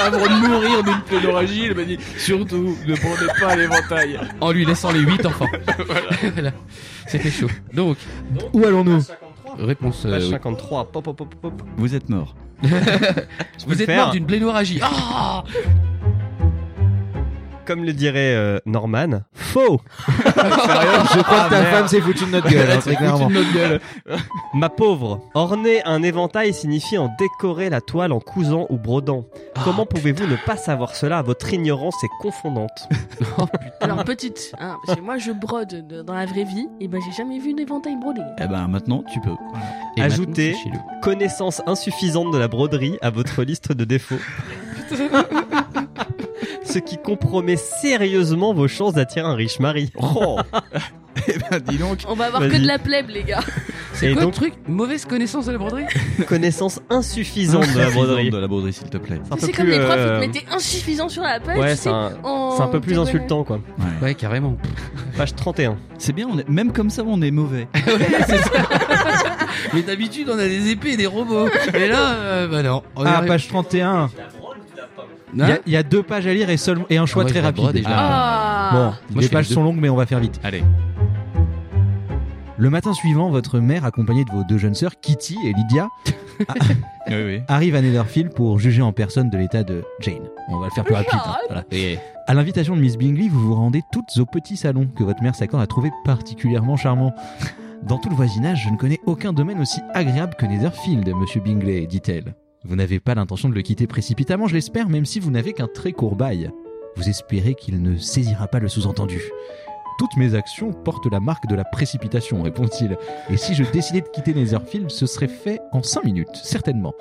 Speaker 4: avant de mourir d'une plénorragie, elle m'a dit surtout ne prenez pas l'éventail.
Speaker 3: En lui laissant les 8 enfants. Voilà. C'était chaud. Donc,
Speaker 5: Où allons-nous
Speaker 3: réponse. euh,
Speaker 7: Page
Speaker 3: oui.
Speaker 7: 53. Pop, pop, pop, pop.
Speaker 4: Vous êtes mort.
Speaker 7: Je peux
Speaker 3: Vous
Speaker 7: le
Speaker 3: êtes
Speaker 7: faire.
Speaker 3: mort d'une blénoragie. Ah
Speaker 7: Comme le dirait euh, Norman, faux
Speaker 5: Je crois que ta
Speaker 7: merde.
Speaker 5: femme Ah, s'est foutue de notre gueule, hein, très clairement.
Speaker 7: Ma pauvre, orner un éventail signifie en décorer la toile en cousant ou brodant.
Speaker 3: Ah,
Speaker 7: Comment pouvez-vous ne pas savoir cela Votre ignorance est confondante.
Speaker 2: Alors petite, hein, parce que moi je brode de- dans la vraie vie, et ben j'ai jamais vu d'éventail brodé.
Speaker 4: Eh ben maintenant tu peux.
Speaker 3: Et maintenant,
Speaker 7: Ajoutez-
Speaker 3: c'est chez nous.
Speaker 7: Connaissance insuffisante de la broderie à votre liste de défauts. Ce qui compromet sérieusement vos chances d'attirer un riche mari.
Speaker 3: Oh,
Speaker 4: Eh ben dis donc.
Speaker 2: On va avoir que
Speaker 7: Vas-y.
Speaker 2: de la plèbe, les gars.
Speaker 3: C'est
Speaker 7: Et
Speaker 3: quoi le
Speaker 7: donc-
Speaker 3: truc Mauvaise connaissance de la broderie
Speaker 7: Connaissance insuffisante de la broderie.
Speaker 4: de la broderie, s'il te plaît.
Speaker 7: un peu
Speaker 2: C'est comme
Speaker 7: plus,
Speaker 2: les profs,
Speaker 7: euh,
Speaker 2: ils te mettaient insuffisant sur la page.
Speaker 7: Ouais,
Speaker 2: tu sais,
Speaker 7: c'est un,
Speaker 2: en
Speaker 7: c'est un peu plus
Speaker 2: diagonale.
Speaker 7: insultant quoi.
Speaker 3: Ouais, carrément.
Speaker 7: Page 31.
Speaker 4: C'est bien, on est... même comme ça on est mauvais.
Speaker 3: Mais d'habitude, on a des épées et des robots. Et là, euh, bah non. On
Speaker 5: Ah,
Speaker 3: est-
Speaker 5: page 31. Il y,
Speaker 3: Hein
Speaker 5: a- il y a deux pages à lire et, seulement- et un choix
Speaker 3: Moi,
Speaker 5: très
Speaker 3: je la brode
Speaker 5: rapide.
Speaker 3: déjà.
Speaker 5: déjà.
Speaker 2: Ah.
Speaker 5: Bon,
Speaker 3: Moi, je
Speaker 5: les
Speaker 3: fais
Speaker 5: pages
Speaker 3: les deux.
Speaker 5: sont longues, mais on va faire vite.
Speaker 4: Allez.
Speaker 5: Le matin suivant, votre mère, accompagnée de vos deux jeunes sœurs, Kitty et Lydia,
Speaker 4: Oui, oui.
Speaker 5: arrive à Netherfield pour juger en personne de l'état de Jane. On va le faire plus rapide. hein, voilà. À l'invitation de Miss Bingley, vous vous rendez toutes au petit salon que votre mère s'accorde à trouver particulièrement charmant. Dans tout le voisinage, je ne connais aucun domaine aussi agréable que Netherfield, monsieur Bingley, dit-elle. Vous n'avez pas l'intention de le quitter précipitamment, je l'espère, même si vous n'avez qu'un très court bail. Vous espérez qu'il ne saisira pas le sous-entendu. Toutes mes actions portent la marque de la précipitation, répond-il. Et si je décidais de quitter Netherfield, ce serait fait en 5 minutes, certainement.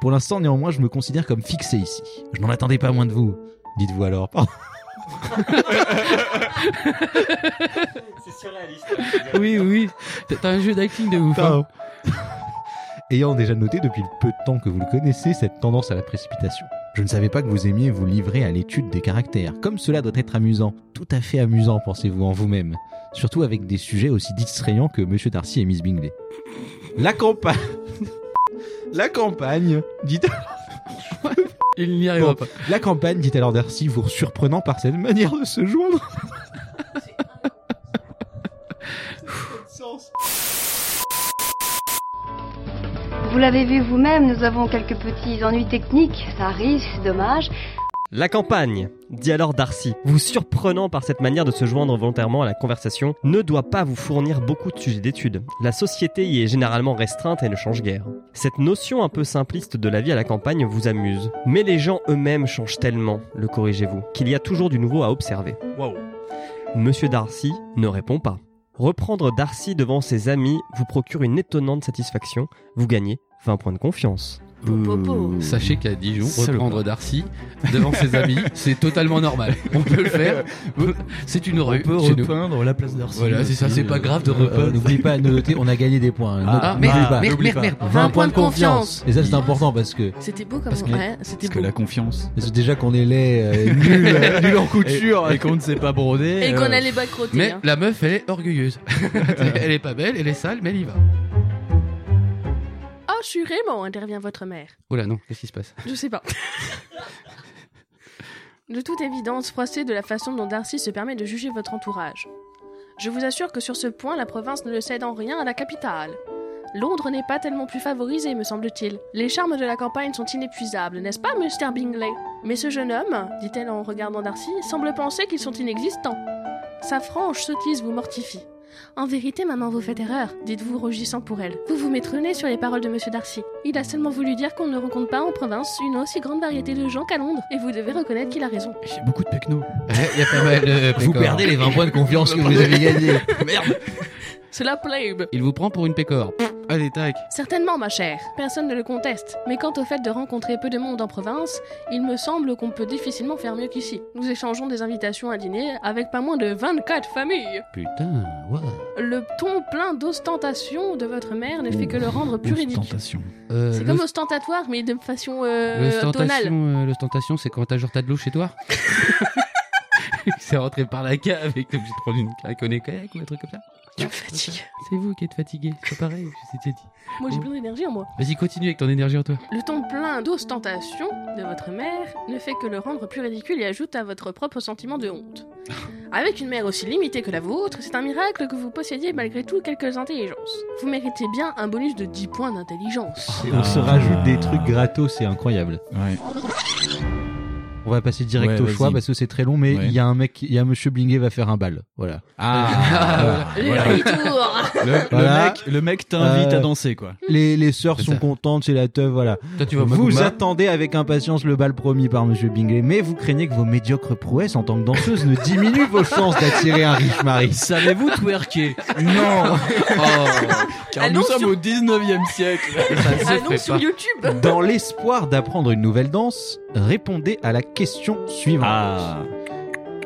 Speaker 5: Pour l'instant, néanmoins, je me considère comme fixé ici. Je n'en attendais pas moins de vous. Dites-vous alors.
Speaker 7: C'est
Speaker 3: Oui, oui. T'as- T'as un jeu d'acting de ouf. hein.
Speaker 5: Pardon. Ayant déjà noté depuis le peu de temps que vous le connaissez cette tendance à la précipitation. Je ne savais pas que vous aimiez vous livrer à l'étude des caractères. Comme cela doit être amusant, tout à fait amusant, pensez-vous en vous-même. Surtout avec des sujets aussi distrayants que Monsieur Darcy et Miss Bingley. La campagne. La campagne, dit
Speaker 3: Il n'y arrivera
Speaker 5: Bon.
Speaker 3: pas.
Speaker 5: la campagne, dit alors Darcy, vous surprenant par cette manière de se joindre.
Speaker 8: Vous l'avez vu vous-même, nous avons quelques petits ennuis techniques. Ça arrive, c'est dommage.
Speaker 7: La campagne, dit alors Darcy, vous surprenant par cette manière de se joindre volontairement à la conversation, ne doit pas vous fournir beaucoup de sujets d'étude. La société y est généralement restreinte et ne change guère. Cette notion un peu simpliste de la vie à la campagne vous amuse, mais les gens eux-mêmes changent tellement, le corrigez-vous, qu'il y a toujours du nouveau à observer. Waouh. Monsieur Darcy ne répond pas. Reprendre Darcy devant ses amis vous procure une étonnante satisfaction, vous gagnez 20 points de confiance.
Speaker 2: Popopo.
Speaker 3: Sachez qu'à Dijon,
Speaker 7: Salopard.
Speaker 3: reprendre Darcy devant ses amis, c'est totalement normal. On peut le faire. C'est une
Speaker 4: On
Speaker 3: rue.
Speaker 4: peut
Speaker 3: chez nous.
Speaker 4: repeindre la place d'Arcy. Euh,
Speaker 3: Voilà, c'est ça, c'est pas grave de repeindre.
Speaker 5: N'oubliez Euh, pas de noter, on a gagné des points. hein.
Speaker 4: Ah,
Speaker 5: N'oubliez
Speaker 4: merde,
Speaker 5: pas.
Speaker 4: merde.
Speaker 3: N'oublie pas.
Speaker 5: 20 points de confiance. Et ça, c'est important parce que
Speaker 2: C'était beau comme
Speaker 5: Parce que-
Speaker 2: ouais, c'était
Speaker 4: Parce que
Speaker 2: beau.
Speaker 4: la confiance.
Speaker 5: Parce que déjà qu'on est laid, euh, nul, euh, nul en couture.
Speaker 4: Et, et qu'on ne sait pas broder.
Speaker 2: Et
Speaker 4: euh,
Speaker 2: qu'on a les bacs crottés.
Speaker 3: Mais
Speaker 2: hein.
Speaker 3: la meuf, elle est orgueilleuse. elle est pas belle, elle est sale, mais elle y va.
Speaker 2: Oh, je suis Raymond, intervient votre mère.
Speaker 3: Oh là non, qu'est-ce qui se passe
Speaker 2: Je sais pas. de toute évidence, froissé de la façon dont Darcy se permet de juger votre entourage. Je vous assure que sur ce point, la province ne le cède en rien à la capitale. Londres n'est pas tellement plus favorisée, me semble-t-il. Les charmes de la campagne sont inépuisables, n'est-ce pas, Mr. Bingley Mais ce jeune homme, dit-elle en regardant Darcy, semble penser qu'ils sont inexistants. Sa franche sottise vous mortifie. En vérité, maman, vous faites erreur, dites-vous rougissant pour elle. Vous vous maîtronnez sur les paroles de Monsieur Darcy. Il a seulement voulu dire qu'on ne rencontre pas en province une aussi grande variété de gens qu'à Londres, et vous devez reconnaître qu'il a raison.
Speaker 4: J'ai beaucoup de pecno.
Speaker 3: Il y a pas mal de
Speaker 5: Vous
Speaker 3: pécores.
Speaker 5: perdez les 20 points de confiance que vous avez gagnés.
Speaker 2: C'est la plebe
Speaker 3: Il vous prend pour une pécore. Allez, tac.
Speaker 2: Certainement, ma chère, personne ne le conteste. Mais quant au fait de rencontrer peu de monde en province, il me semble qu'on peut difficilement faire mieux qu'ici. Nous échangeons des invitations à dîner avec pas moins de 24 familles.
Speaker 3: Putain, ouais.
Speaker 2: Le ton plein d'ostentation de votre mère ne fait que le rendre plus ridicule.
Speaker 4: Tentation.
Speaker 3: Euh,
Speaker 2: C'est comme ostentatoire, mais de façon euh, tonale.
Speaker 3: L'ostentation, euh, l'ostentation, c'est quand t'as genre t'as de l'eau chez toi. c'est rentré par la cave et que t'es obligé de prendre une un connaît kayak ou un truc comme ça.
Speaker 2: Tu me fatigues.
Speaker 3: C'est vous qui êtes fatigué, c'est pas pareil, je t'ai dit.
Speaker 2: Moi,
Speaker 5: Mmh.
Speaker 2: j'ai plein d'énergie en moi.
Speaker 3: Vas-y, continue avec ton énergie en toi.
Speaker 2: Le ton plein d'ostentation de votre mère ne fait que le rendre plus ridicule et ajoute à votre propre sentiment de honte. Avec une mère aussi limitée que la vôtre, c'est un miracle que vous possédiez malgré tout quelques intelligences. Vous méritez bien un bonus de 10 points d'intelligence.
Speaker 5: On se rajoute des trucs gratos, c'est incroyable.
Speaker 4: Ouais.
Speaker 5: On va passer direct
Speaker 4: Ouais,
Speaker 5: au
Speaker 4: vas-y.
Speaker 5: choix parce que c'est très long, mais il
Speaker 4: Ouais.
Speaker 5: y a un mec, il y a Monsieur Blinguet va faire un bal. Voilà.
Speaker 4: Ah,
Speaker 2: Le
Speaker 4: voilà.
Speaker 2: retour
Speaker 4: Le,
Speaker 5: Voilà.
Speaker 4: le mec, le mec t'invite
Speaker 5: Euh,
Speaker 4: à danser, quoi.
Speaker 5: Les, les sœurs
Speaker 3: C'est
Speaker 5: sont
Speaker 3: ça.
Speaker 5: contentes, c'est la teuf, voilà.
Speaker 3: Toi, tu vas
Speaker 5: Vous attendez avec impatience le bal promis par Monsieur Bingley, mais vous craignez que vos médiocres prouesses en tant que danseuse ne diminuent vos chances d'attirer un riche
Speaker 4: ah,
Speaker 5: mari.
Speaker 4: Savez-vous twerker Non Oh. Car
Speaker 2: Allons
Speaker 4: nous sommes
Speaker 2: sur-
Speaker 4: au 19e siècle.
Speaker 2: Allons sur
Speaker 3: pas.
Speaker 2: YouTube
Speaker 5: Dans l'espoir d'apprendre une nouvelle danse, répondez à la question suivante. Ah.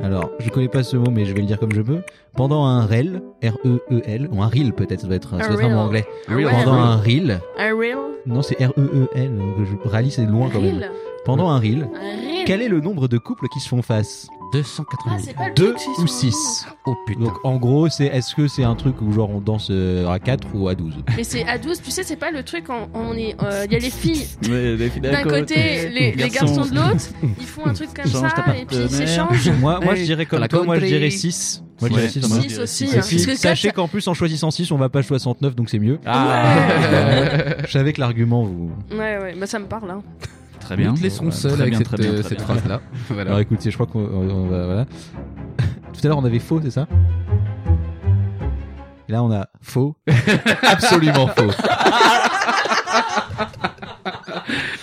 Speaker 5: Alors, je connais pas ce mot, mais je vais le dire comme je peux. Pendant un reel, R-E-E-L, E ou un reel peut-être, ça doit être, ça doit être un mot
Speaker 2: reel.
Speaker 5: anglais.
Speaker 2: Reel.
Speaker 5: Pendant un reel,
Speaker 2: Un reel
Speaker 5: non c'est R-E-E-L, donc je rallye c'est loin
Speaker 2: Un
Speaker 5: quand même.
Speaker 2: reel
Speaker 5: Pendant un reel,
Speaker 2: Un reel
Speaker 5: quel est le nombre de couples qui se font face
Speaker 2: Ah,
Speaker 3: 290.
Speaker 2: c'est pas le
Speaker 5: Deux
Speaker 2: truc, c'est
Speaker 5: ou
Speaker 2: sur-
Speaker 5: six
Speaker 3: oh putain.
Speaker 5: Donc en gros, c'est est-ce que c'est un truc où genre on danse euh, à 4 ou à 12
Speaker 2: Mais c'est à 12, tu sais, c'est pas le truc en- on est... euh, Il y a les filles
Speaker 4: Mais les filles
Speaker 2: d'un côté, les, les garçons de l'autre, ils font un truc comme
Speaker 4: Change ta
Speaker 2: ça, et puis ils
Speaker 4: partenaire.
Speaker 2: s'échangent.
Speaker 5: Moi, moi je
Speaker 3: Hey,
Speaker 5: dirais
Speaker 3: dans
Speaker 5: comme
Speaker 3: la
Speaker 5: toi, moi je
Speaker 3: country.
Speaker 5: dirais 6. Moi je
Speaker 4: Ouais.
Speaker 5: dirais 6.
Speaker 4: Six,
Speaker 2: Six aussi,
Speaker 4: Six.
Speaker 2: hein, parce que
Speaker 5: Sachez
Speaker 2: quatre,
Speaker 5: qu'en plus en choisissant 6, on va pas choisir 69, donc c'est mieux.
Speaker 4: Ah,
Speaker 5: je savais que l'argument vous...
Speaker 2: ça- Ouais, ouais, bah ça me parle, hein.
Speaker 4: Très
Speaker 3: Nous te laissons
Speaker 4: Très
Speaker 3: seul avec
Speaker 4: bien,
Speaker 3: cette,
Speaker 4: très bien,
Speaker 3: euh,
Speaker 4: très
Speaker 3: cette
Speaker 4: bien.
Speaker 3: phrase-là. Voilà.
Speaker 5: Alors écoutez, je crois qu'on on va... Voilà. Tout à l'heure on avait faux, c'est ça Et là on a faux. Absolument faux.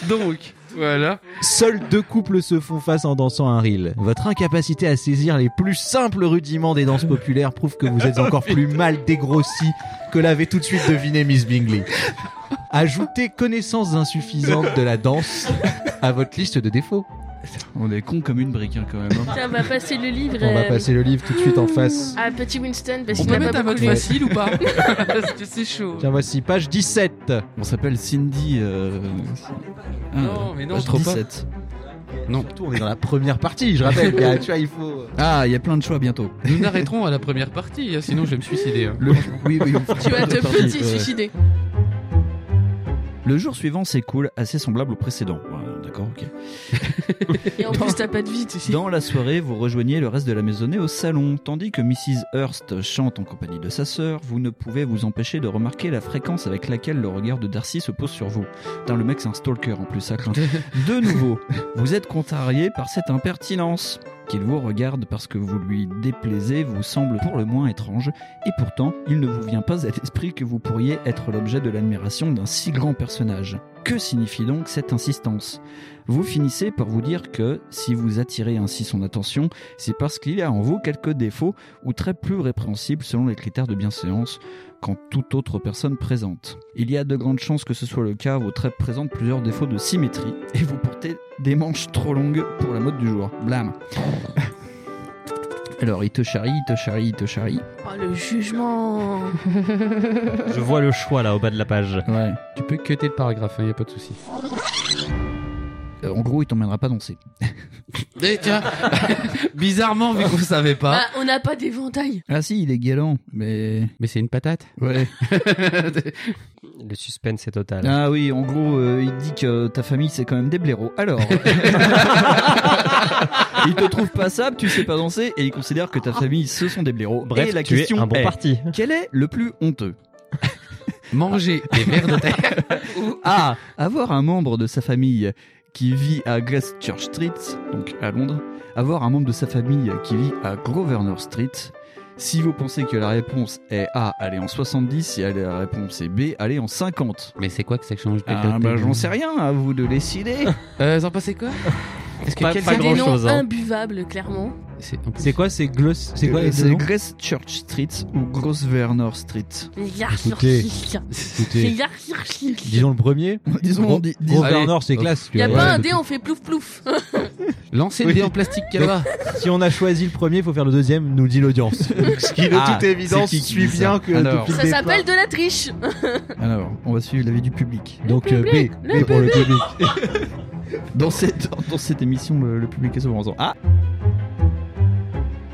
Speaker 3: Donc, Voilà.
Speaker 5: Seuls deux couples se font face en dansant un reel. Votre incapacité à saisir les plus simples rudiments des danses populaires prouve que vous êtes encore plus mal dégrossi que l'avait tout de suite deviné Miss Bingley. Ajoutez connaissance insuffisante de la danse à votre liste de défauts.
Speaker 4: On est con comme une brique hein, quand même. hein.
Speaker 2: Tiens, on va passer le livre
Speaker 5: On va
Speaker 2: euh,
Speaker 5: passer le livre tout de suite en face.
Speaker 2: à Petit Winston parce
Speaker 3: On
Speaker 2: qu'il
Speaker 3: peut
Speaker 2: n'a pas
Speaker 3: mettre un
Speaker 2: beaucoup
Speaker 3: vote
Speaker 2: lu.
Speaker 3: facile ou pas Parce que c'est chaud.
Speaker 5: Tiens, voici page 17.
Speaker 4: On s'appelle Cindy. euh, ah,
Speaker 2: Oh.
Speaker 3: Non, mais non,
Speaker 4: page
Speaker 3: trop pas.
Speaker 4: 17.
Speaker 5: Surtout, on est dans la première partie, je rappelle. Mais, ah, tu vois, il faut.
Speaker 4: Ah, il y a plein de choix bientôt.
Speaker 3: Nous n'arrêterons à la première partie, hein, sinon je vais me suicider. hein.
Speaker 4: Le... oui, oui, on fera
Speaker 2: Tu vas
Speaker 4: pas
Speaker 2: te
Speaker 4: de partie,
Speaker 2: petit
Speaker 4: ouais.
Speaker 2: suicider.
Speaker 4: Le jour suivant s'écoule assez semblable au précédent. Ouais, D'accord, ok.
Speaker 2: Et en plus, t'as pas de vie, tu sais.
Speaker 4: Dans la soirée, vous rejoignez le reste de la maisonnée au salon. Tandis que Mrs. Hurst chante en compagnie de sa sœur, vous ne pouvez vous empêcher de remarquer la fréquence avec laquelle le regard de Darcy se pose sur vous. Putain, le mec, c'est un stalker en plus, ça craint. De nouveau, vous êtes contrarié par cette impertinence. Qu'il vous regarde parce que vous lui déplaisez vous semble pour le moins étrange, et pourtant, il ne vous vient pas à l'esprit que vous pourriez être l'objet de l'admiration d'un si grand personnage. Que signifie donc cette insistance vous finissez par vous dire que si vous attirez ainsi son attention, c'est parce qu'il y a en vous quelques défauts ou traits plus répréhensibles selon les critères de bienséance qu'en toute autre personne présente. Il y a de grandes chances que ce soit le cas, vos traits présentent plusieurs défauts de symétrie et vous portez des manches trop longues pour la mode du jour. Blâme. Alors, il te charrie, il te charrie, il te charrie.
Speaker 2: Oh, le jugement.
Speaker 7: Je vois le choix là au bas de la page.
Speaker 4: Ouais.
Speaker 3: Tu peux cutter le paragraphe, il n'y a pas de souci.
Speaker 4: Euh, en gros, il t'emmènera pas danser.
Speaker 3: Eh, tiens, bizarrement, vu qu'on savait pas.
Speaker 2: Ah, on n'a pas d'éventail.
Speaker 4: Ah si, il est galant, mais...
Speaker 3: Mais c'est une patate.
Speaker 4: Ouais.
Speaker 7: Le suspense est total.
Speaker 4: Ah oui, en gros, euh, il dit que ta famille, c'est quand même des blaireaux. Alors, il te trouve passable, tu sais pas danser, et il considère que ta famille, ce sont des blaireaux.
Speaker 7: Bref,
Speaker 4: et la
Speaker 7: tu
Speaker 4: question
Speaker 7: es un bon
Speaker 4: est,
Speaker 7: parti.
Speaker 4: quel est le plus honteux
Speaker 3: Manger des vers de terre.
Speaker 4: A. Avoir un membre de sa famille qui vit à Gracechurch Street, donc à Londres. Avoir un membre de sa famille qui vit à Grosvenor Street. Si vous pensez que la réponse est A, allez en 70, et la réponse est B, allez en 50.
Speaker 3: Mais c'est quoi que ça change de
Speaker 4: Ah, bah, j'en sais rien, à vous de décider.
Speaker 3: Euh, vous en pensez quoi Est-ce que
Speaker 7: Pas-
Speaker 3: quelqu'un
Speaker 7: pas
Speaker 2: Des noms
Speaker 7: grand-chose, hein.
Speaker 2: imbuvables, clairement.
Speaker 3: C'est en plus-
Speaker 5: C'est quoi C'est gloss C'est quoi
Speaker 4: Euh,
Speaker 5: les deux
Speaker 4: C'est
Speaker 5: noms
Speaker 4: Gracechurch Street ou Grosvenor Street.
Speaker 2: Les
Speaker 5: Écoutez.
Speaker 2: hiérarchies. Les
Speaker 5: Écoutez,
Speaker 2: hiérarchies.
Speaker 5: disons le premier.
Speaker 4: Disons,
Speaker 5: Gros-
Speaker 4: dis-
Speaker 5: Gros
Speaker 4: disons.
Speaker 5: Bernard, c'est classe. tu
Speaker 2: Y a
Speaker 5: vois.
Speaker 2: pas un dé, on fait plouf plouf.
Speaker 3: Lancez le
Speaker 5: Oui.
Speaker 3: dé en plastique, Kava.
Speaker 5: Si on a choisi le premier, il faut faire le deuxième, nous dit l'audience. Ce qui, de
Speaker 4: Ah,
Speaker 5: toute évidence,
Speaker 4: c'est qui qui
Speaker 5: suit
Speaker 4: dit
Speaker 5: bien
Speaker 4: ça
Speaker 5: que
Speaker 4: Alors.
Speaker 5: depuis le
Speaker 2: Ça
Speaker 5: départ-
Speaker 2: s'appelle de la triche.
Speaker 4: Alors, on va suivre l'avis du public.
Speaker 5: Donc euh,
Speaker 2: public,
Speaker 5: B,
Speaker 2: le
Speaker 5: B pour le public.
Speaker 4: Dans cette, dans, dans cette émission, le, le public est souvent en disant Ah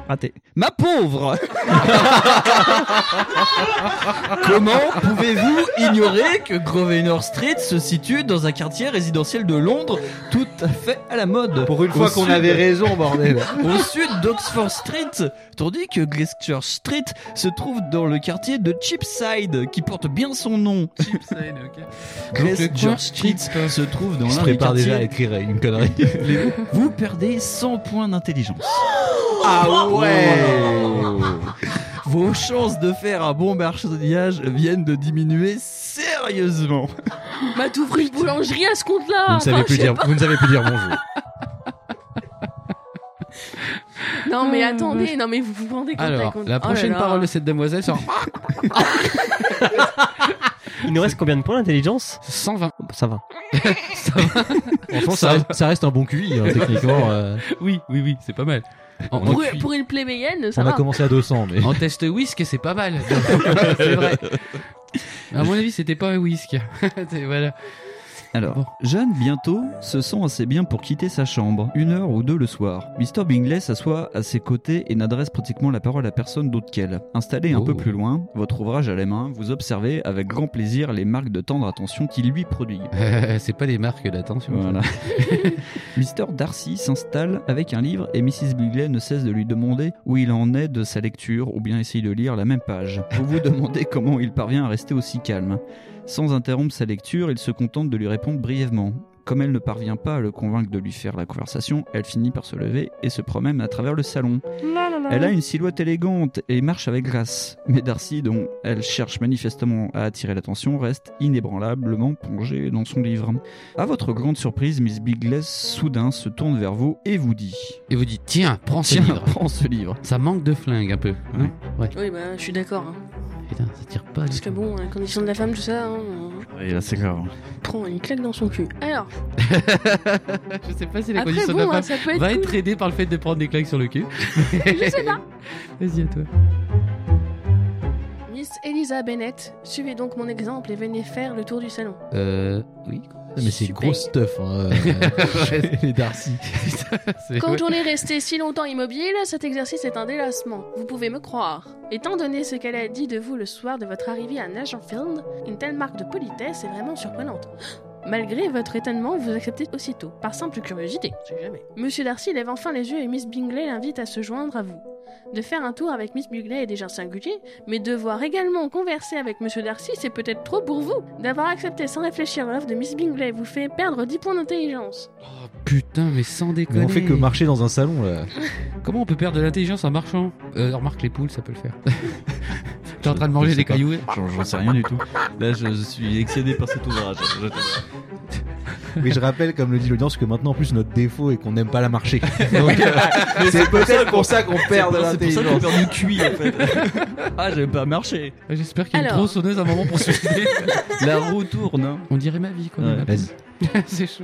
Speaker 4: Raté. Ma pauvre Comment pouvez-vous ignorer que Grosvenor Street se situe dans un quartier résidentiel de Londres tout à fait à la mode
Speaker 5: Pour une
Speaker 4: Au
Speaker 5: fois qu'on
Speaker 4: sud-
Speaker 5: avait raison, bordel.
Speaker 4: au sud d'Oxford Street, tandis que Gracechurch Street se trouve dans le quartier de Cheapside, qui porte bien son nom. Gracechurch Street se trouve dans
Speaker 5: On se
Speaker 4: l'un des
Speaker 5: prépare
Speaker 4: quartiers.
Speaker 5: déjà à écrire une connerie.
Speaker 4: les- Vous perdez 100 points d'intelligence.
Speaker 5: Ah Oh
Speaker 4: Vos chances de faire un bon marchandage viennent de diminuer sérieusement.
Speaker 2: Bah t'ouvres une boulangerie à ce compte-là.
Speaker 5: vous, ne savez
Speaker 2: Enfin, Ah, je
Speaker 5: plus
Speaker 2: sais
Speaker 5: dire, vous ne savez plus dire bonjour.
Speaker 2: pas. Non mais attendez, non mais vous vous rendez compte.
Speaker 3: Alors,
Speaker 2: compte-
Speaker 3: la
Speaker 2: Oh là
Speaker 3: prochaine
Speaker 2: là.
Speaker 3: parole de cette demoiselle sera
Speaker 7: Il nous reste combien de points d'intelligence
Speaker 3: 120.
Speaker 7: Ça va.
Speaker 5: Franchement,
Speaker 3: Ça
Speaker 5: ça, reste- ça reste un bon QI, hein, techniquement. euh,
Speaker 3: Oui, oui, oui, c'est pas mal. En, en
Speaker 2: Pour,
Speaker 3: cuit-
Speaker 2: pour une plébéienne, ça
Speaker 5: on a
Speaker 2: va.
Speaker 5: commencé à 200, mais.
Speaker 3: en test whisk, c'est pas mal. c'est vrai. À mon avis, c'était pas un whisk. C'est- voilà.
Speaker 4: Alors,
Speaker 3: Bon.
Speaker 4: Jeanne, bientôt, se sent assez bien pour quitter sa chambre, une heure ou deux le soir. Mr. Bingley s'assoit à ses côtés et n'adresse pratiquement la parole à personne d'autre qu'elle. Installé un
Speaker 3: Oh.
Speaker 4: peu plus loin, votre ouvrage à la main, vous observez avec grand plaisir les marques de tendre attention qu'il lui produit.
Speaker 3: Euh, c'est pas des marques
Speaker 9: Hein,
Speaker 3: d'attention. ça.
Speaker 4: Voilà. Mr. Darcy s'installe avec un livre et Mrs. Bingley ne cesse de lui demander où il en est de sa lecture ou bien essaye de lire la même page. Vous vous demandez comment il parvient à rester aussi calme. Sans interrompre sa lecture, il se contente de lui répondre brièvement.
Speaker 9: Comme elle ne parvient pas à le convaincre de lui faire la conversation, elle finit par se lever et se promène à travers le salon. Elle a une silhouette élégante et marche avec grâce. Mais Darcy, dont elle cherche manifestement à attirer l'attention, reste inébranlablement plongée dans son livre. À votre grande surprise, Miss Bigless soudain se tourne vers vous et vous dit
Speaker 3: Et vous dites tiens, prends ce
Speaker 9: Tiens,
Speaker 3: livre.
Speaker 9: prends ce livre.
Speaker 3: Ça manque de flingue un peu. non Ouais.
Speaker 2: Oui, bah, je suis d'accord. hein.
Speaker 3: Putain, ça tire pas. du
Speaker 2: Parce que
Speaker 3: tout.
Speaker 2: bon, la condition de la femme, tout ça, hein, euh,
Speaker 4: Et là, c'est grave.
Speaker 2: prend une claque dans son cul. Alors,
Speaker 3: je sais pas si la
Speaker 2: après,
Speaker 3: condition
Speaker 2: bon,
Speaker 3: de la
Speaker 2: hein,
Speaker 3: femme
Speaker 2: ça peut être.
Speaker 3: va
Speaker 2: cool.
Speaker 3: être aidée par le fait de prendre des claques sur le cul.
Speaker 2: Je sais pas.
Speaker 3: Vas-y à toi.
Speaker 2: Miss Elisa Bennett, suivez donc mon exemple et venez faire le tour du salon.
Speaker 3: Euh, oui.
Speaker 5: Ah, Mais c'est
Speaker 2: Super.
Speaker 5: gros stuff, hein, euh, les Darcy.
Speaker 3: C'est-
Speaker 2: Quand
Speaker 3: ouais.
Speaker 2: on est resté si longtemps immobile, cet exercice est un délassement. Vous pouvez me croire. Étant donné ce qu'elle a dit de vous le soir de votre arrivée à Nagenfield, une telle marque de politesse est vraiment surprenante. Malgré votre étonnement, vous acceptez aussitôt, par simple curiosité, on sait jamais. Monsieur Darcy lève enfin les yeux et Miss Bingley l'invite à se joindre à vous. De faire un tour avec Miss Bingley est déjà singulier, mais devoir également converser avec Monsieur Darcy, c'est peut-être trop pour vous. D'avoir accepté sans réfléchir l'offre de Miss Bingley vous fait perdre 10 points d'intelligence.
Speaker 3: Oh putain, mais sans
Speaker 5: Mais
Speaker 3: déconner.
Speaker 5: on fait que marcher dans un salon, là.
Speaker 3: Comment on peut perdre de l'intelligence en marchant euh, Remarque les poules, ça peut le faire. T'es en train de
Speaker 4: Je
Speaker 3: manger
Speaker 4: sais
Speaker 3: des
Speaker 4: pas.
Speaker 3: cailloux.
Speaker 4: J'en j'en sais rien du tout. Là, je, je suis excédé par cet ouvrage. Je-
Speaker 5: Mais je rappelle, comme le dit l'audience, que maintenant, en plus, notre défaut est qu'on n'aime pas la marcher. Donc, euh, c'est peut-être pour ça qu'on perd de
Speaker 4: C'est pour ça qu'on
Speaker 5: l'intelligence.
Speaker 4: perd du QI, en fait. ah, j'aime pas marcher.
Speaker 3: J'espère qu'il y a une
Speaker 2: Alors.
Speaker 3: tronçonneuse à un moment pour se suicider.
Speaker 4: La roue tourne. hein.
Speaker 3: On dirait ma vie quand même.
Speaker 4: Ouais.
Speaker 5: Vas-y.
Speaker 3: c'est chaud.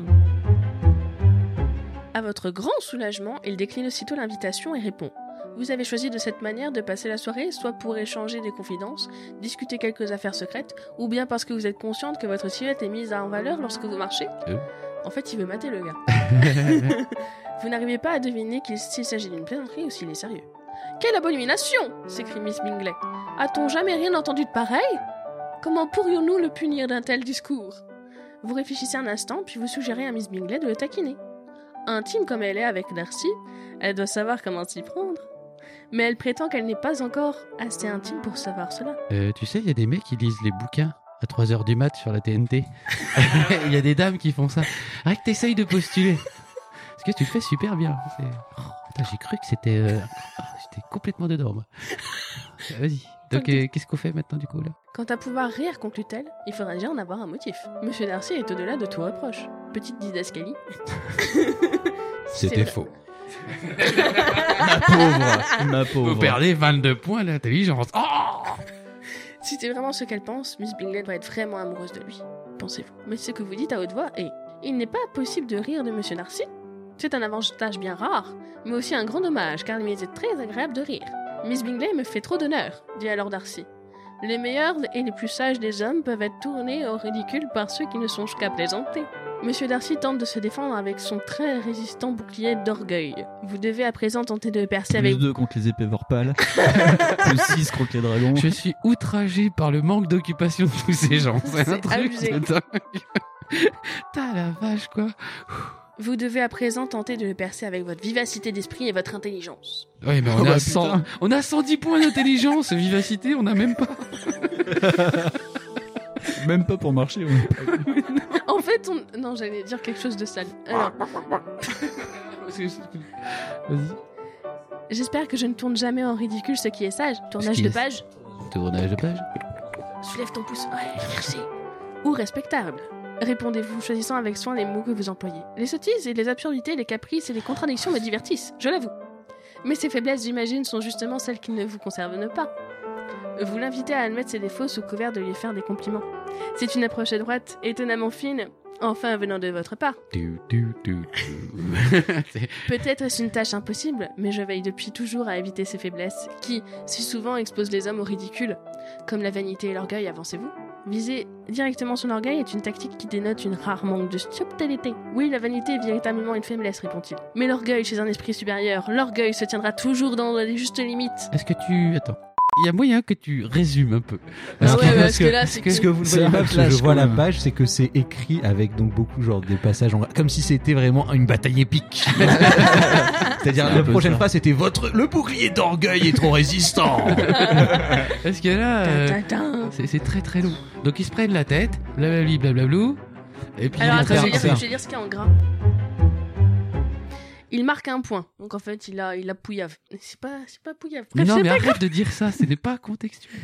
Speaker 2: À votre grand soulagement, il décline aussitôt l'invitation et répond. Vous avez choisi de cette manière de passer la soirée, soit pour échanger des confidences, discuter quelques affaires secrètes, ou bien parce que vous êtes consciente que votre silhouette est mise en valeur lorsque vous marchez.
Speaker 3: Euh.
Speaker 2: En fait, il veut mater le gars. vous n'arrivez pas à deviner qu'il- s'il s'agit d'une plaisanterie ou s'il est sérieux. Quelle abomination s'écrie Miss Bingley. A-t-on jamais rien entendu de pareil Comment pourrions-nous le punir d'un tel discours Vous réfléchissez un instant, puis vous suggérez à Miss Bingley de le taquiner. Intime comme elle est avec Darcy, elle doit savoir comment s'y prendre. Mais elle prétend qu'elle n'est pas encore assez intime pour savoir cela.
Speaker 3: Euh, tu sais, il y a des mecs qui lisent les bouquins à 3h du mat sur la TNT. Il y a des dames qui font ça. Arrête, t'essayes de postuler. Parce que tu le fais super bien. C'est- Oh, putain, j'ai cru que c'était. euh, oh, J'étais complètement dedans, moi. Euh, Vas-y. Donc, euh, qu'est-ce qu'on fait maintenant, du coup, là
Speaker 2: Quant à pouvoir rire, conclut-elle, il faudrait déjà en avoir un motif. Monsieur Darcy est au-delà de tout reproche. Petite didascalie.
Speaker 5: C'était faux.
Speaker 4: Ma pauvre. Ma pauvre.
Speaker 3: Vous perdez 22 points d'intelligence. Oh
Speaker 2: Si c'est vraiment ce qu'elle pense, Miss Bingley doit être vraiment amoureuse de lui. Pensez-vous. Mais ce que vous dites à haute voix est Il n'est pas possible de rire de Monsieur Darcy. C'est un avantage bien rare, mais aussi un grand dommage, car il m'était très agréable de rire. Miss Bingley me fait trop d'honneur, dit alors Darcy. Les meilleurs et les plus sages des hommes peuvent être tournés au ridicule par ceux qui ne songent qu'à plaisanter. Monsieur Darcy tente de se défendre avec son très résistant bouclier d'orgueil. Vous devez à présent tenter de percer avec
Speaker 4: Plus 2 contre les épées vorpales. Plus 6 contre les dragons.
Speaker 3: Je suis outragé par le manque d'occupation de tous ces gens. C'est un
Speaker 2: C'est
Speaker 3: truc
Speaker 2: abusé.
Speaker 3: de dingue. T'as la vache, quoi.
Speaker 2: Vous devez à présent tenter de le percer avec votre vivacité d'esprit et votre intelligence.
Speaker 3: Ouais, mais on,
Speaker 4: Oh
Speaker 3: a
Speaker 4: bah
Speaker 3: 100 on a 110 points d'intelligence, vivacité, on a même pas.
Speaker 4: Même pas pour marcher. ouais.
Speaker 2: En fait, on... Non, j'allais dire quelque chose de sale. Alors,
Speaker 3: Parce que- Vas-y.
Speaker 2: j'espère que je ne tourne jamais en ridicule ce qui est sage. Tournage
Speaker 3: qui
Speaker 2: de
Speaker 3: est-
Speaker 2: page,
Speaker 3: Tournage de page.
Speaker 2: soulève ton pouce. Ouais, merci. Ou respectable. Répondez-vous, choisissant avec soin les mots que vous employez. Les sottises et les absurdités, les caprices et les contradictions me divertissent, je l'avoue. Mais ces faiblesses, j'imagine, sont justement celles qui ne vous concernent pas. Vous l'invitez à admettre ses défauts sous couvert de lui faire des compliments. C'est une approche étroite, étonnamment fine, enfin venant de votre part.
Speaker 3: Du, du, du, du. C'est-
Speaker 2: Peut-être est-ce une tâche impossible, mais je veille depuis toujours à éviter ces faiblesses, qui, si souvent, exposent les hommes au ridicule. Comme la vanité et l'orgueil, avancez-vous. Viser directement son orgueil est une tactique qui dénote une rare manque de subtilité. Oui, la vanité est véritablement une faiblesse, répond-il. Mais l'orgueil chez un esprit supérieur, l'orgueil se tiendra toujours dans les justes limites.
Speaker 3: Est-ce que tu. Attends. Il y a moyen que tu résumes un peu.
Speaker 2: Ah ouais, parce
Speaker 5: parce
Speaker 2: que
Speaker 5: que-
Speaker 2: là, c'est que...
Speaker 5: Ce que vous ne
Speaker 4: C'est
Speaker 5: voyez
Speaker 4: un
Speaker 5: pas, parce que
Speaker 4: clash,
Speaker 5: je vois
Speaker 4: quand
Speaker 5: la
Speaker 4: même.
Speaker 5: page, c'est que c'est écrit avec donc beaucoup genre des passages en... comme si c'était vraiment une bataille épique. C'est-à-dire
Speaker 4: C'est un
Speaker 5: la
Speaker 4: peu
Speaker 5: prochaine
Speaker 4: ça.
Speaker 5: phrase c'était votre le bouclier d'orgueil est trop résistant.
Speaker 3: Parce que là. euh,
Speaker 2: Tintintin.
Speaker 3: C'est c'est très très long. Donc ils se prennent la tête, blablabli, blablablou. Et puis
Speaker 2: Alors
Speaker 3: il est
Speaker 2: attends, je vais,
Speaker 3: très
Speaker 2: dire,
Speaker 3: bizarre.
Speaker 2: je vais dire ce qu'il y a en gras. Il marque un point. Donc en fait, il a, il a pouillave. Mais C'est pas, c'est pas pouillave. Bref,
Speaker 3: non,
Speaker 2: c'est
Speaker 3: mais
Speaker 2: pas
Speaker 3: arrête de dire ça, ce n'est pas contextuel.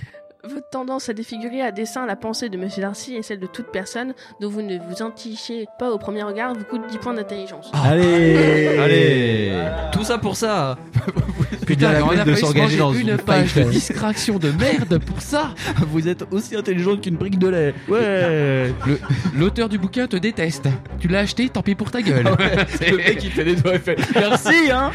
Speaker 2: Votre tendance à défigurer à dessein la pensée de Monsieur Darcy et celle de toute personne dont vous ne vous antichez pas au premier regard vous coûte 10 points d'intelligence.
Speaker 7: Ah.
Speaker 5: Allez
Speaker 9: Allez
Speaker 3: Tout ça pour ça
Speaker 5: bien la
Speaker 3: on
Speaker 5: peine
Speaker 3: a
Speaker 5: de
Speaker 3: failli se
Speaker 5: s'engager
Speaker 3: manger
Speaker 5: dans
Speaker 3: une
Speaker 5: une
Speaker 3: page de
Speaker 5: fight.
Speaker 3: distraction de merde pour ça
Speaker 9: Vous êtes aussi intelligente qu'une brique de lait. Ouais
Speaker 3: Le- L'auteur du bouquin te déteste. Tu l'as acheté, tant pis pour ta gueule.
Speaker 9: Le mec il fait des doigts et fait Merci hein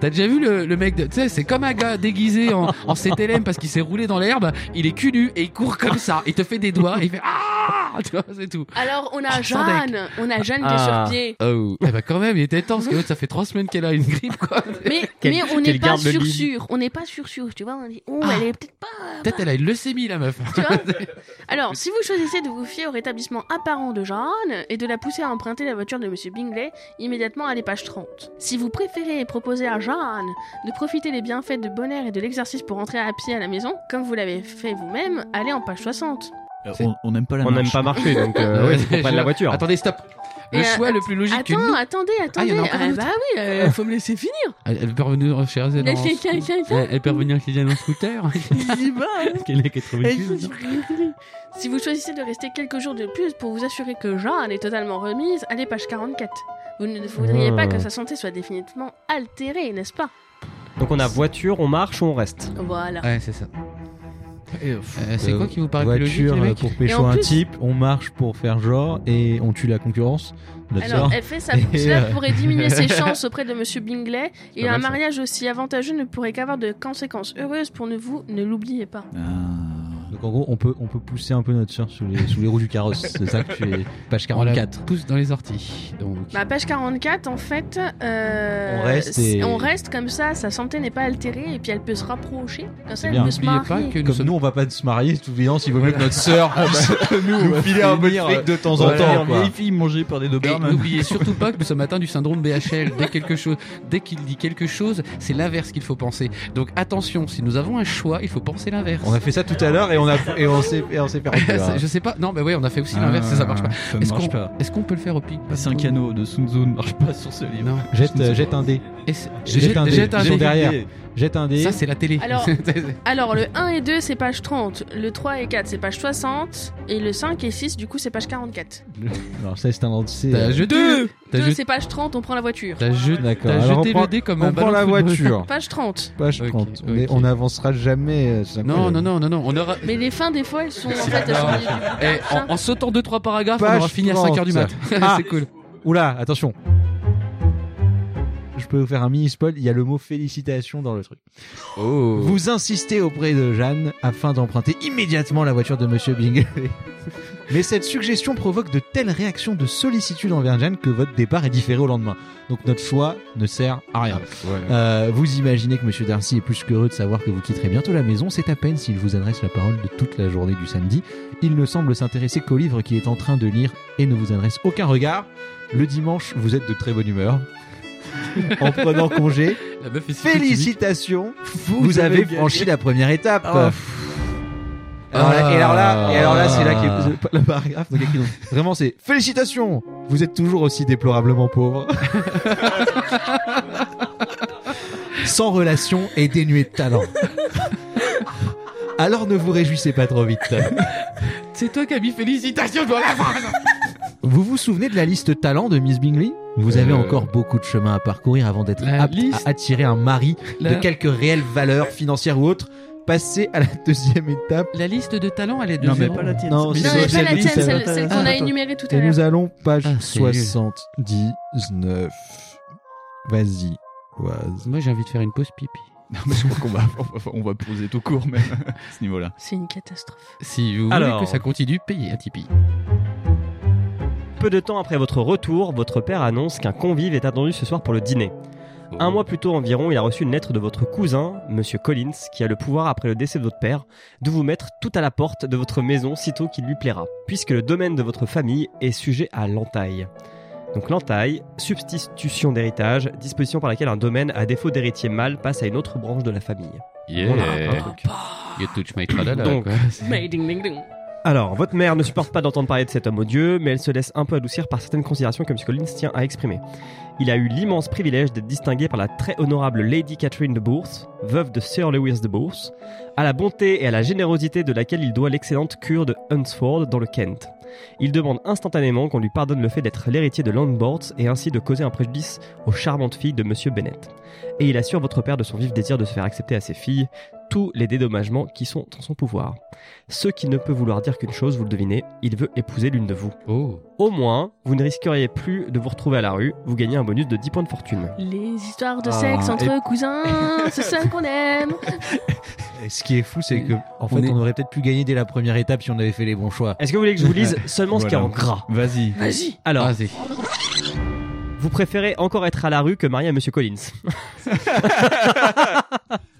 Speaker 3: T'as déjà vu le, le mec de. Tu sais, c'est comme un gars déguisé en, en CTLM parce qu'il s'est roulé dans l'herbe, il est cul nu et il court comme ça. Il te fait des doigts et il fait Ah Tu vois, c'est tout.
Speaker 2: Alors on a
Speaker 3: Oh, Sandek.
Speaker 2: Jeanne, on a Jeanne
Speaker 7: Ah.
Speaker 2: qui est sur pied.
Speaker 3: Oh, eh ben quand même, il était temps parce que l'autre, ça fait trois semaines qu'elle a une grippe quoi.
Speaker 2: Mais,
Speaker 7: Qu'elle-
Speaker 2: mais on n'est
Speaker 7: qu'elle
Speaker 2: pas
Speaker 7: garde le
Speaker 2: sur
Speaker 7: lead.
Speaker 2: sûr, on n'est pas sur sûr, tu vois, on dit oh
Speaker 3: Ah.
Speaker 2: elle est peut-être pas
Speaker 3: Peut-être elle a une leucémie la meuf.
Speaker 2: Tu vois Alors, si vous choisissez de vous fier au rétablissement apparent de Jeanne et de la pousser à emprunter la voiture de Monsieur Bingley, immédiatement à les pages 30. Si vous préférez proposer à Jeanne de profiter des bienfaits de bonheur et de l'exercice pour rentrer à pied à la maison, comme vous l'avez fait vous-même, allez en page 60.
Speaker 4: Euh, on- On n'aime pas la
Speaker 7: On n'aime
Speaker 4: marche.
Speaker 7: pas marcher, donc euh,
Speaker 3: Ouais,
Speaker 7: ouais, faut prendre
Speaker 3: je-
Speaker 7: la voiture.
Speaker 3: Attendez, stop. Le
Speaker 2: Et, euh,
Speaker 3: choix le plus logique qu'une
Speaker 2: Attends, attendez,
Speaker 3: Ah, il
Speaker 2: attendez.
Speaker 3: y en a encore un autre. Eh,
Speaker 2: bah oui, euh, faut me laisser finir.
Speaker 3: Elle, elle peut revenir chez elle.
Speaker 2: Mais c'est quelqu'un qui-
Speaker 3: Elle peut revenir chez elle en scooter.
Speaker 2: J'y vais, hein.
Speaker 3: Quelle est 90
Speaker 2: Si vous choisissez de rester quelques jours de plus pour vous assurer que Jeanne est totalement remise, allez page 44. Vous ne voudriez
Speaker 3: Ah.
Speaker 2: pas que sa santé soit définitivement altérée, n'est-ce pas
Speaker 7: Donc on a voiture, on marche ou on reste.
Speaker 2: Voilà.
Speaker 3: Ouais, c'est ça.
Speaker 4: Et, euh, pff,
Speaker 3: Euh, c'est
Speaker 5: Euh,
Speaker 3: quoi qui vous paraît plus logique,
Speaker 5: Voiture
Speaker 3: les
Speaker 5: euh,
Speaker 3: mecs
Speaker 5: pour
Speaker 2: Et
Speaker 5: pécho
Speaker 2: en
Speaker 5: un
Speaker 2: plus-
Speaker 5: type, on marche pour faire genre et on tue la concurrence. Notre
Speaker 2: Alors,
Speaker 5: sort.
Speaker 2: Ah elle fait ça.
Speaker 5: Et,
Speaker 2: Cela
Speaker 5: euh,
Speaker 2: pourrait diminuer ses chances auprès de Monsieur Bingley.
Speaker 7: pas
Speaker 2: Et un
Speaker 7: mal, ça.
Speaker 2: mariage aussi avantageux ne pourrait qu'avoir de conséquences heureuses pour nous, vous. Ne l'oubliez pas.
Speaker 4: ah.
Speaker 5: Donc en gros, on peut, on peut pousser un peu notre sœur sous les, sous les roues du carrosse. C'est ça que tu es. Page
Speaker 3: On la
Speaker 5: 44.
Speaker 3: pousse dans les orties. Donc,
Speaker 2: Bah, page 44, en fait, euh,
Speaker 5: On reste
Speaker 2: c'est-
Speaker 5: et-
Speaker 2: on reste comme ça. Sa santé n'est pas altérée et puis elle peut se rapprocher. Comme ça, elle
Speaker 5: bien.
Speaker 2: peut se
Speaker 3: n'oubliez pas
Speaker 2: marier.
Speaker 3: que nous
Speaker 5: Comme
Speaker 3: sommes.
Speaker 5: nous, on va pas se marier, tout évident, s'il vaut mieux que notre sœur Ah bah, nous filer un peu de fric de temps en
Speaker 4: Voilà,
Speaker 5: temps. quoi.
Speaker 4: vieille fille mangée par des
Speaker 3: Et
Speaker 4: Doberman.
Speaker 3: n'oubliez surtout pas que nous sommes atteints du syndrome BHL. Dès quelque chose, dès qu'il dit quelque chose, c'est l'inverse qu'il faut penser. Donc attention, si nous avons un choix, il faut penser l'inverse.
Speaker 5: On a fait ça tout à l'heure et on a et on s'est et on s'est fait reculer, hein.
Speaker 3: Je sais pas. Non, mais oui, on a fait aussi l'inverse. et ça marche pas.
Speaker 4: Ah, Ça
Speaker 3: Est-ce
Speaker 4: marche
Speaker 3: qu'on-
Speaker 4: pas.
Speaker 3: Est-ce qu'on peut le faire au pic
Speaker 4: Bah, C'est un canot de Sun Tzu ne marche pas sur ce livre.
Speaker 3: Non.
Speaker 5: Jette, euh, jette un dé.
Speaker 3: Et c'est-
Speaker 5: Jette un dé.
Speaker 3: jette un
Speaker 5: Ils sont
Speaker 3: dé.
Speaker 5: derrière. Jette un dé.
Speaker 3: Ça, c'est la télé.
Speaker 2: Alors- Alors, le 1 et 2, c'est page 30. Le 3 et 4, c'est page 60. Et le 5 et 6, du coup, c'est page 44.
Speaker 5: Alors ça c'est un entier.
Speaker 3: T'as jeté. T'as
Speaker 2: 2,
Speaker 3: jeté.
Speaker 2: c'est page 30, on prend la voiture.
Speaker 3: T'as jeté.
Speaker 5: D'accord.
Speaker 3: T'as
Speaker 5: Alors,
Speaker 3: jeté
Speaker 5: on prend-
Speaker 3: le dé comme un
Speaker 5: On prend
Speaker 3: ballon
Speaker 5: la
Speaker 3: de football.
Speaker 5: voiture.
Speaker 2: Page 30.
Speaker 5: Page
Speaker 3: Ok,
Speaker 5: 30. On est-
Speaker 3: ok.
Speaker 5: On n'avancera jamais. euh, c'est
Speaker 3: Non,
Speaker 5: incroyable.
Speaker 3: non, non, non, non. On aura.
Speaker 2: Mais les fins, des fois, elles sont en fait.
Speaker 3: Non.
Speaker 2: elles sont-
Speaker 3: Eh, en, en sautant deux trois paragraphes, on
Speaker 5: Page
Speaker 3: aura fini à
Speaker 5: 30.
Speaker 3: 5h du mat.
Speaker 5: Ah.
Speaker 3: c'est cool.
Speaker 5: Oula, attention. Je peux vous faire un mini spoil. Il y a le mot félicitations dans le truc.
Speaker 4: Oh.
Speaker 5: Vous insistez auprès de Jeanne afin d'emprunter immédiatement la voiture de Monsieur Bingley. Mais cette suggestion provoque de telles réactions de sollicitude envers Jeanne que votre départ est différé au lendemain. Donc notre choix ne sert à rien. Euh, vous imaginez que Monsieur Darcy est plus qu'heureux de savoir que vous quitterez bientôt la maison. C'est à peine s'il vous adresse la parole de toute la journée du samedi. Il ne semble s'intéresser qu'au livre qu'il est en train de lire et ne vous adresse aucun regard. Le dimanche, vous êtes de très bonne humeur. en prenant congé,
Speaker 3: La meuf est si
Speaker 5: félicitations, vous,
Speaker 3: avez
Speaker 5: avez
Speaker 3: gagné. Oh.
Speaker 5: franchi la première étape.
Speaker 9: Ah.
Speaker 5: Alors là- et alors là, et alors là, c'est là
Speaker 9: Ah.
Speaker 5: que le paragraphe. donc écrit donc, Vraiment, c'est félicitations. Vous êtes toujours aussi déplorablement pauvre. Sans relation et dénué de talent. Alors ne vous réjouissez pas trop vite.
Speaker 3: stupide. C'est toi qui as mis félicitations dans la phrase.
Speaker 5: Vous vous souvenez de la liste talent de Miss Bingley Vous avez
Speaker 3: Euh.
Speaker 5: encore beaucoup de chemin à parcourir avant d'être
Speaker 3: La
Speaker 5: apte
Speaker 3: liste.
Speaker 5: à attirer un mari
Speaker 3: La,
Speaker 5: de quelque réelle valeur financière ou autre. Passez à la deuxième étape.
Speaker 3: la liste de talents, elle est de
Speaker 4: Non, mais
Speaker 3: zéro.
Speaker 4: pas la tienne.
Speaker 5: Non,
Speaker 4: c'est
Speaker 2: Non,
Speaker 5: c'est
Speaker 2: mais
Speaker 5: celle-
Speaker 2: pas la
Speaker 5: celle-
Speaker 2: tienne, celle,
Speaker 5: celle-
Speaker 2: celle qu'on a énumérée tout à
Speaker 5: Et
Speaker 2: l'heure.
Speaker 5: nous allons page
Speaker 3: Ah, c'est nul.
Speaker 5: 79. Vas-y, Oise.
Speaker 3: Moi, j'ai envie de faire une pause pipi.
Speaker 4: Non, mais je crois qu'on va, on va, on va poser tout court même à ce niveau-là.
Speaker 2: C'est une catastrophe.
Speaker 3: Si vous
Speaker 7: Alors.
Speaker 3: voulez que ça continue, payez un Tipeee.
Speaker 7: Peu de temps après votre retour, votre père annonce qu'un convive est attendu ce soir pour le dîner. Un mois plus tôt environ, il a reçu une lettre de votre cousin, Monsieur Collins, qui a le pouvoir, après le décès de votre père, de vous mettre tout à la porte de votre maison sitôt qu'il lui plaira, puisque le domaine de votre famille est sujet à l'entaille. Donc l'entaille, substitution d'héritage, disposition par laquelle un domaine à défaut d'héritier mâle passe à une autre branche de la famille.
Speaker 3: Yeah.
Speaker 7: On a un truc.
Speaker 3: You touch my tralala.
Speaker 7: Donc.
Speaker 3: Ah quoi.
Speaker 2: Mais ding ding ding.
Speaker 7: Alors, votre mère ne supporte pas d'entendre parler de cet homme odieux, mais elle se laisse un peu adoucir par certaines considérations que M. Collins tient à exprimer. Il a eu l'immense privilège d'être distingué par la très honorable Lady Catherine de Bourse, veuve de Sir Lewis de Bourse, à la bonté et à la générosité de laquelle il doit l'excellente cure de Hunsford dans le Kent. Il demande instantanément qu'on lui pardonne le fait d'être l'héritier de Landboards et ainsi de causer un préjudice aux charmantes filles de M. Bennett. Et il assure votre père de son vif désir de se faire accepter à ses filles tous les dédommagements qui sont en son pouvoir. Ce qui ne peut vouloir dire qu'une chose, vous le devinez, il veut épouser l'une de vous.
Speaker 3: Oh.
Speaker 7: Au moins, vous ne risqueriez plus de vous retrouver à la rue, vous gagnez un bonus de 10 points de fortune.
Speaker 2: Les histoires de
Speaker 4: Ah,
Speaker 2: sexe entre
Speaker 4: et-
Speaker 2: cousins, c'est ça qu'on aime.
Speaker 5: Et ce qui est fou, c'est que en fait,
Speaker 4: On est-
Speaker 5: on aurait peut-être pu gagner dès la première étape si on avait fait les bons choix.
Speaker 7: Est-ce que vous voulez que je vous lise seulement ce qui est en
Speaker 4: Voilà.
Speaker 7: gras
Speaker 4: Vas-y.
Speaker 2: Vas-y.
Speaker 7: Alors,
Speaker 3: Vas-y.
Speaker 7: vous préférez encore être à la rue que marié à Monsieur Collins.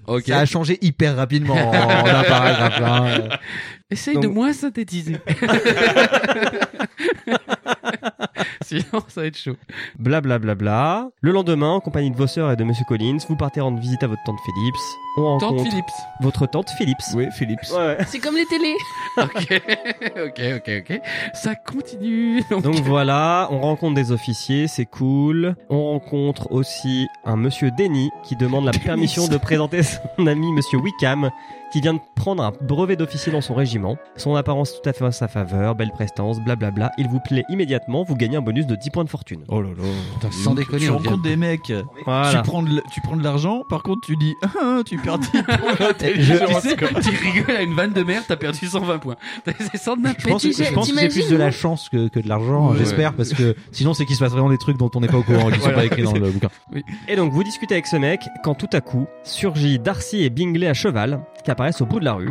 Speaker 3: Ok.
Speaker 5: Ça a changé hyper rapidement en un paragraphe. hein.
Speaker 3: Essaye
Speaker 7: Donc-
Speaker 3: de moins synthétiser. Sinon, ça va être chaud.
Speaker 7: Bla bla bla bla. Le lendemain, en compagnie de vos sœurs et de Monsieur Collins, vous partez rendre visite à votre tante Phillips. On rencontre
Speaker 3: Tante Philips.
Speaker 7: votre tante Phillips.
Speaker 9: Oui, Philips.
Speaker 7: Ouais, ouais.
Speaker 2: C'est comme les télés.
Speaker 3: Ok. ok, ok, ok. Ça continue. Donc,
Speaker 7: Donc voilà, on rencontre des officiers, c'est cool. On rencontre aussi un monsieur Denis qui demande la permission de présenter son ami monsieur Wickham qui vient de prendre un brevet d'officier dans son régiment. Son apparence tout à fait à sa faveur, belle prestance, blablabla. Il vous plaît immédiatement, vous gagnez un bonus de 10 points de fortune.
Speaker 4: Oh là là.
Speaker 3: Putain, sans
Speaker 4: Tu-
Speaker 3: déconner,
Speaker 4: Tu
Speaker 3: on
Speaker 4: rencontres des mecs.
Speaker 7: Voilà.
Speaker 4: Tu prends de, l- tu prends de l'argent, par contre, tu dis, Ah, tu perds 10
Speaker 3: tu, sais, tu rigoles à une vanne de merde, t'as perdu 120 points. C'est sans n'importe
Speaker 5: Je pense, que- je pense que c'est plus de la chance que, que de l'argent,
Speaker 3: Ouais.
Speaker 5: j'espère, parce que sinon c'est qu'il se passe vraiment des trucs dont on n'est pas au courant, qui sont
Speaker 3: Voilà.
Speaker 5: pas écrits dans le bouquin.
Speaker 7: Et donc vous discutez avec ce mec quand tout à coup surgit Darcy et Bingley à cheval qui apparaissent au bout de la rue.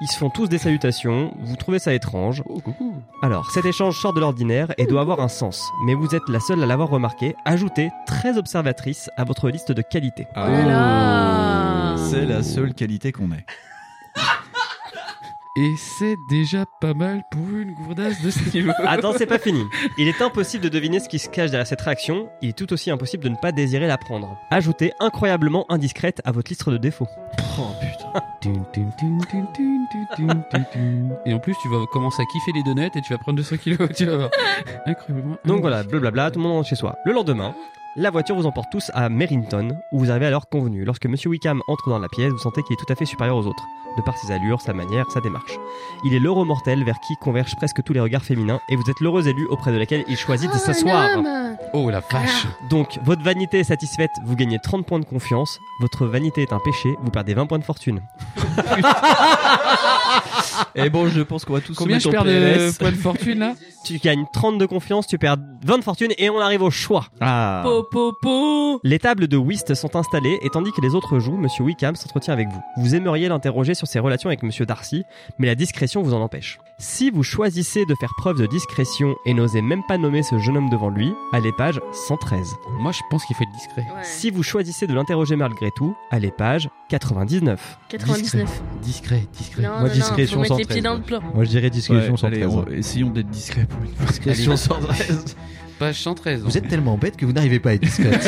Speaker 7: Ils se font tous des salutations, vous trouvez ça étrange.
Speaker 3: Oh, coucou.
Speaker 7: Alors, cet échange sort de l'ordinaire et doit avoir un sens, mais vous êtes la seule à l'avoir remarqué, ajoutée, très observatrice à votre liste de qualités.
Speaker 9: Ah.
Speaker 2: Oh là là.
Speaker 9: Oh.
Speaker 4: C'est la seule qualité qu'on ait.
Speaker 3: Et c'est déjà pas mal pour une gourdasse de ce niveau.
Speaker 7: Attends, c'est pas fini. Il est impossible de deviner ce qui se cache derrière cette réaction, il est tout aussi impossible de ne pas désirer la prendre. Ajoutée incroyablement indiscrète à votre liste de défauts.
Speaker 4: Oh putain.
Speaker 3: Tun, tun, tun, tun, tun, tun, tun, tun, tun. Et en plus, tu vas commencer à kiffer les donuts et tu vas prendre 200 kilos. Tu vas voir. Incroyablement.
Speaker 7: Donc voilà, blablabla, tout le monde rentre chez soi. Le lendemain, la voiture vous emporte tous à Merrington, où vous arrivez à l'heure convenue. Lorsque Monsieur Wickham entre dans la pièce, vous sentez qu'il est tout à fait supérieur aux autres, de par ses allures, sa manière, sa démarche. Il est l'heureux mortel vers qui convergent presque tous les regards féminins, et vous êtes l'heureuse élue auprès de laquelle il choisit de
Speaker 6: Ah, un
Speaker 7: s'asseoir.
Speaker 6: homme.
Speaker 3: Oh la vache.
Speaker 7: Donc, votre vanité est satisfaite, vous gagnez 30 points de confiance, votre vanité est un péché, vous perdez 20 points de fortune.
Speaker 4: Et Eh bon, je pense qu'on va tous
Speaker 3: Combien
Speaker 4: se
Speaker 3: je
Speaker 4: mettre en
Speaker 3: perds de
Speaker 4: PLS.
Speaker 3: points de fortune là
Speaker 7: Tu gagnes 30 de confiance, tu perds 20 de fortune, et on arrive au choix.
Speaker 4: Ah.
Speaker 2: Po, po, po.
Speaker 7: Les tables de whist sont installées et tandis que les autres jouent, Monsieur Wickham s'entretient avec vous. Vous aimeriez l'interroger sur ses relations avec Monsieur Darcy, mais la discrétion vous en empêche. Si vous choisissez de faire preuve de discrétion et n'osez même pas nommer ce jeune homme devant lui, allez page 113.
Speaker 3: Moi, je pense qu'il fait le discret.
Speaker 6: Ouais.
Speaker 7: Si vous choisissez de l'interroger malgré tout, allez page 99.
Speaker 2: 99.
Speaker 3: Discret, discret.
Speaker 6: Non,
Speaker 5: Moi,
Speaker 6: non, non,
Speaker 5: discrétion
Speaker 6: faut mettre les
Speaker 5: 113,
Speaker 6: pieds dans le plan.
Speaker 5: Moi je dirais
Speaker 4: Ouais,
Speaker 5: discussion sans
Speaker 4: allez, on- essayons d'être discret pour une fois.
Speaker 5: Discrétion
Speaker 3: Allez.
Speaker 5: 113.
Speaker 3: Page hein. 113.
Speaker 5: Vous êtes tellement bête que vous n'arrivez pas à être discrète.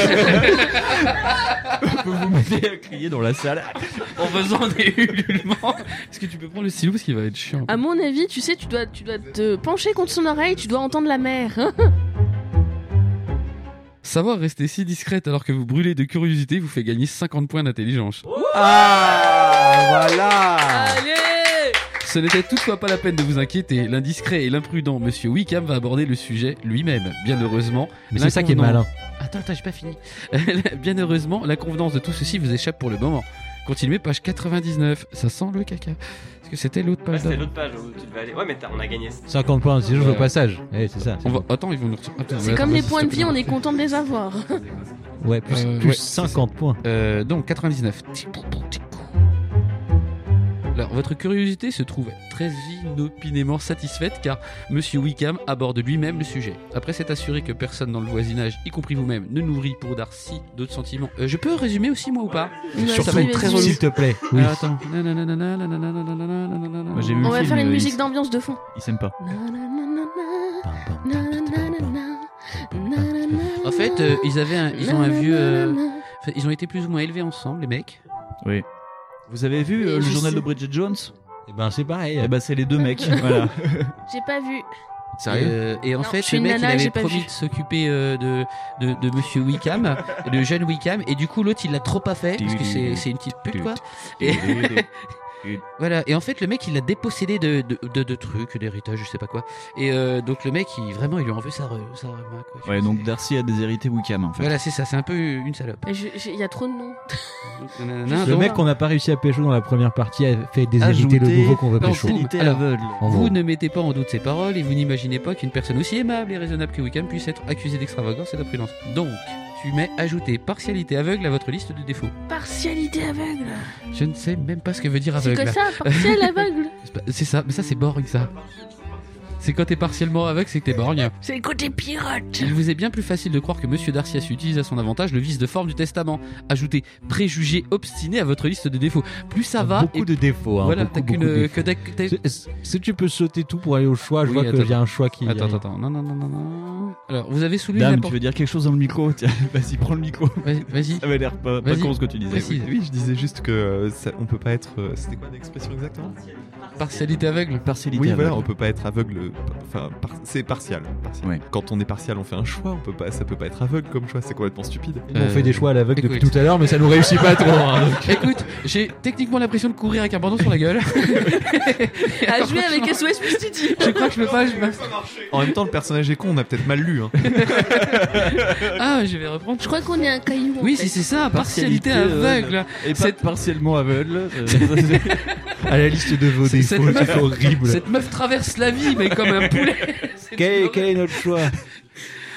Speaker 4: Vous vous mettez à crier dans la salle.
Speaker 3: en faisant des ululements. Est-ce que tu peux prendre le stylo parce qu'il va être chiant
Speaker 6: Ah,
Speaker 2: À mon avis, tu sais, tu dois, tu dois te pencher contre son oreille, tu dois entendre la mer. hein.
Speaker 3: Savoir rester si discrète alors que vous brûlez de curiosité vous fait gagner 50 points d'intelligence.
Speaker 7: Ah voilà
Speaker 2: Allez
Speaker 3: Ce n'était toutefois pas la peine de vous inquiéter. L'indiscret et l'imprudent Monsieur Wickham va aborder le sujet lui-même. Bien heureusement,
Speaker 5: Mais c'est ça qui est
Speaker 3: l'inconvenant-
Speaker 5: malin.
Speaker 3: Attends, attends, j'ai pas fini. Bien heureusement, la convenance de tout ceci vous échappe pour le moment. Continuez, page 99. Ça sent le caca. Est-ce que c'était l'autre page d'avant
Speaker 7: page où tu devais aller. Ouais mais on a gagné.
Speaker 5: 50 points, c'est toujours
Speaker 3: Ouais.
Speaker 5: au passage. Eh, c'est ça. c'est
Speaker 3: On va...
Speaker 5: bon.
Speaker 3: Attends, ils vont nous retirer- attends,
Speaker 2: C'est
Speaker 3: mais
Speaker 2: comme
Speaker 3: attends,
Speaker 2: les
Speaker 3: vas-y,
Speaker 2: points de
Speaker 3: s'il te
Speaker 2: vie, on
Speaker 3: plaît.
Speaker 2: est content de les avoir.
Speaker 5: Ouais, plus,
Speaker 3: Euh,
Speaker 5: plus
Speaker 3: ouais,
Speaker 5: 50 points.
Speaker 3: Euh, donc 99. Alors, votre curiosité se trouve très inopinément satisfaite car Monsieur Wickham aborde lui-même le sujet. Après s'être assuré que personne dans le voisinage, y compris vous-même, ne nourrit pour Darcy d'autres sentiments. Euh, je peux résumer aussi, moi ou pas
Speaker 2: Vas-y,
Speaker 3: ça va être
Speaker 2: vas-y.
Speaker 3: très relou. Euh.
Speaker 5: S'il te plaît. Oui.
Speaker 3: Alors, attends. Nananana, nananana, nananana.
Speaker 4: Moi, j'ai vu
Speaker 2: On
Speaker 4: le
Speaker 2: va
Speaker 4: film,
Speaker 2: faire une
Speaker 4: euh,
Speaker 2: musique
Speaker 4: ils-
Speaker 2: d'ambiance de fond.
Speaker 4: Ils s'aiment pas.
Speaker 5: Pam, pam,
Speaker 6: Na,
Speaker 5: pam,
Speaker 6: na,
Speaker 5: pam,
Speaker 6: na,
Speaker 5: pam,
Speaker 6: na,
Speaker 5: pam,
Speaker 6: na.
Speaker 5: pam,
Speaker 6: Na,
Speaker 5: pam.
Speaker 6: na, na,
Speaker 3: En fait, euh, ils avaient un- ils ont un
Speaker 6: na,
Speaker 3: vieux.
Speaker 6: na,
Speaker 3: euh,
Speaker 6: na, na.
Speaker 3: enfin, ils ont été plus ou moins élevés ensemble, les mecs.
Speaker 4: Vous avez vu euh,
Speaker 2: Et
Speaker 4: le
Speaker 2: je
Speaker 4: journal
Speaker 2: sais.
Speaker 4: de Bridget Jones
Speaker 5: Eh ben, c'est pareil.
Speaker 3: Bah,
Speaker 9: Eh ben, c'est les deux mecs. voilà.
Speaker 2: J'ai pas vu.
Speaker 3: Et, euh, et en
Speaker 2: Non, je
Speaker 3: fait,
Speaker 2: suis
Speaker 3: le
Speaker 2: une
Speaker 3: mec,
Speaker 2: nana,
Speaker 3: il
Speaker 2: j'ai
Speaker 3: avait
Speaker 2: pas
Speaker 3: promis
Speaker 2: vu.
Speaker 3: de s'occuper euh, de, de, de monsieur Wickham, le jeune Wickham, et du coup, l'autre, il l'a trop pas fait, parce que c'est c'est une petite pute, quoi. Et- voilà, et en fait, le mec, il l'a dépossédé de, de, de- de trucs, d'héritage, je sais pas quoi. Et euh, donc, le mec, il, vraiment, il lui en veut sa, re- sa rema, quoi.
Speaker 9: Ouais, donc Darcy a déshérité Wickham en fait.
Speaker 3: Voilà, c'est ça, c'est un peu une salope.
Speaker 2: Il y a trop de noms.
Speaker 3: Nanana,
Speaker 5: Le
Speaker 3: donc-
Speaker 5: mec qu'on n'a pas réussi à pécho dans la première partie a fait déshériter le
Speaker 9: Ajouter
Speaker 5: nouveau qu'on veut
Speaker 3: dans tout.
Speaker 5: pécho.
Speaker 9: Fidélité
Speaker 3: Alors,
Speaker 9: aveugle.
Speaker 5: En
Speaker 3: Vous
Speaker 5: gros.
Speaker 3: ne mettez pas en doute ses paroles et vous n'imaginez pas qu'une personne aussi aimable et raisonnable que Wickham puisse être accusée d'extravagance et d'imprudence. Donc, tu mets ajouter partialité aveugle à votre liste de défauts.
Speaker 2: Partialité aveugle.
Speaker 3: Je ne sais même pas ce que veut dire
Speaker 2: C'est
Speaker 3: aveugle.
Speaker 2: que ça, partiel aveugle.
Speaker 3: C'est pas- C'est ça, mais ça c'est borgne ça. C'est quand t'es partiellement aveugle, c'est que t'es borgne.
Speaker 2: C'est le côté pirate.
Speaker 3: Il vous est bien plus facile de croire que Monsieur Darcias utilise à son avantage le vice de forme du testament. Ajoutez préjugés obstinés à votre liste de défauts. Plus ça va,
Speaker 5: Ah, Beaucoup
Speaker 3: et
Speaker 5: de défauts. hein,
Speaker 3: voilà,
Speaker 5: beaucoup,
Speaker 3: t'as
Speaker 5: beaucoup
Speaker 3: qu'une
Speaker 5: de défauts.
Speaker 3: que t'as- que t'as-
Speaker 5: Si- Si tu peux sauter tout pour aller au choix, je
Speaker 3: Oui,
Speaker 5: vois
Speaker 3: attends,
Speaker 5: qu'il y a un choix qui.
Speaker 3: Attends, attends, attends, non, non, non, non, non. Alors, vous avez soulevé
Speaker 9: Dame, tu
Speaker 3: n'importe-
Speaker 9: veux dire quelque chose dans le micro Tiens, vas-y, prends le micro.
Speaker 3: Vas-y, vas-y.
Speaker 9: Ça avait l'air pas, pas
Speaker 3: Vas-y.
Speaker 9: con ce que tu disais.
Speaker 3: Précise.
Speaker 10: Oui, je disais juste que euh, ça- on peut pas être. euh, C'était quoi l'expression exactement
Speaker 3: Partialité aveugle.
Speaker 9: Partialité
Speaker 10: Oui, voilà,
Speaker 9: aveugle.
Speaker 10: on peut pas être aveugle. par- Enfin, par- c'est partial. partial.
Speaker 9: Ouais.
Speaker 10: Quand on est partial, on fait un choix. On peut pas, ça peut pas être aveugle comme choix. C'est complètement stupide.
Speaker 5: On fait des choix à l'aveugle depuis
Speaker 3: Euh, écoute.
Speaker 5: tout à l'heure, mais ça nous réussit pas trop. hein, donc.
Speaker 3: Écoute, j'ai techniquement l'impression de courir avec un bandeau sur la gueule.
Speaker 2: À jouer avec SOS Pistiti.
Speaker 3: Je crois que je peux pas. je me-
Speaker 10: En même temps, le personnage est con. On a peut-être mal lu. hein.
Speaker 3: Ah, je vais reprendre.
Speaker 6: Je crois qu'on est un caillou. en
Speaker 3: Oui,
Speaker 6: fait.
Speaker 3: si c'est ça,
Speaker 9: Partialité,
Speaker 3: partialité
Speaker 9: euh,
Speaker 3: aveugle.
Speaker 9: Et pas
Speaker 3: Cette-
Speaker 9: partiellement aveugle. euh, ça, c'est-
Speaker 5: À la liste de vos
Speaker 3: C'est- cette
Speaker 5: défauts,
Speaker 3: meuf-
Speaker 5: c'est horrible.
Speaker 3: Cette meuf traverse la vie, mais comme un poulet. C'est une horreur.
Speaker 5: est notre choix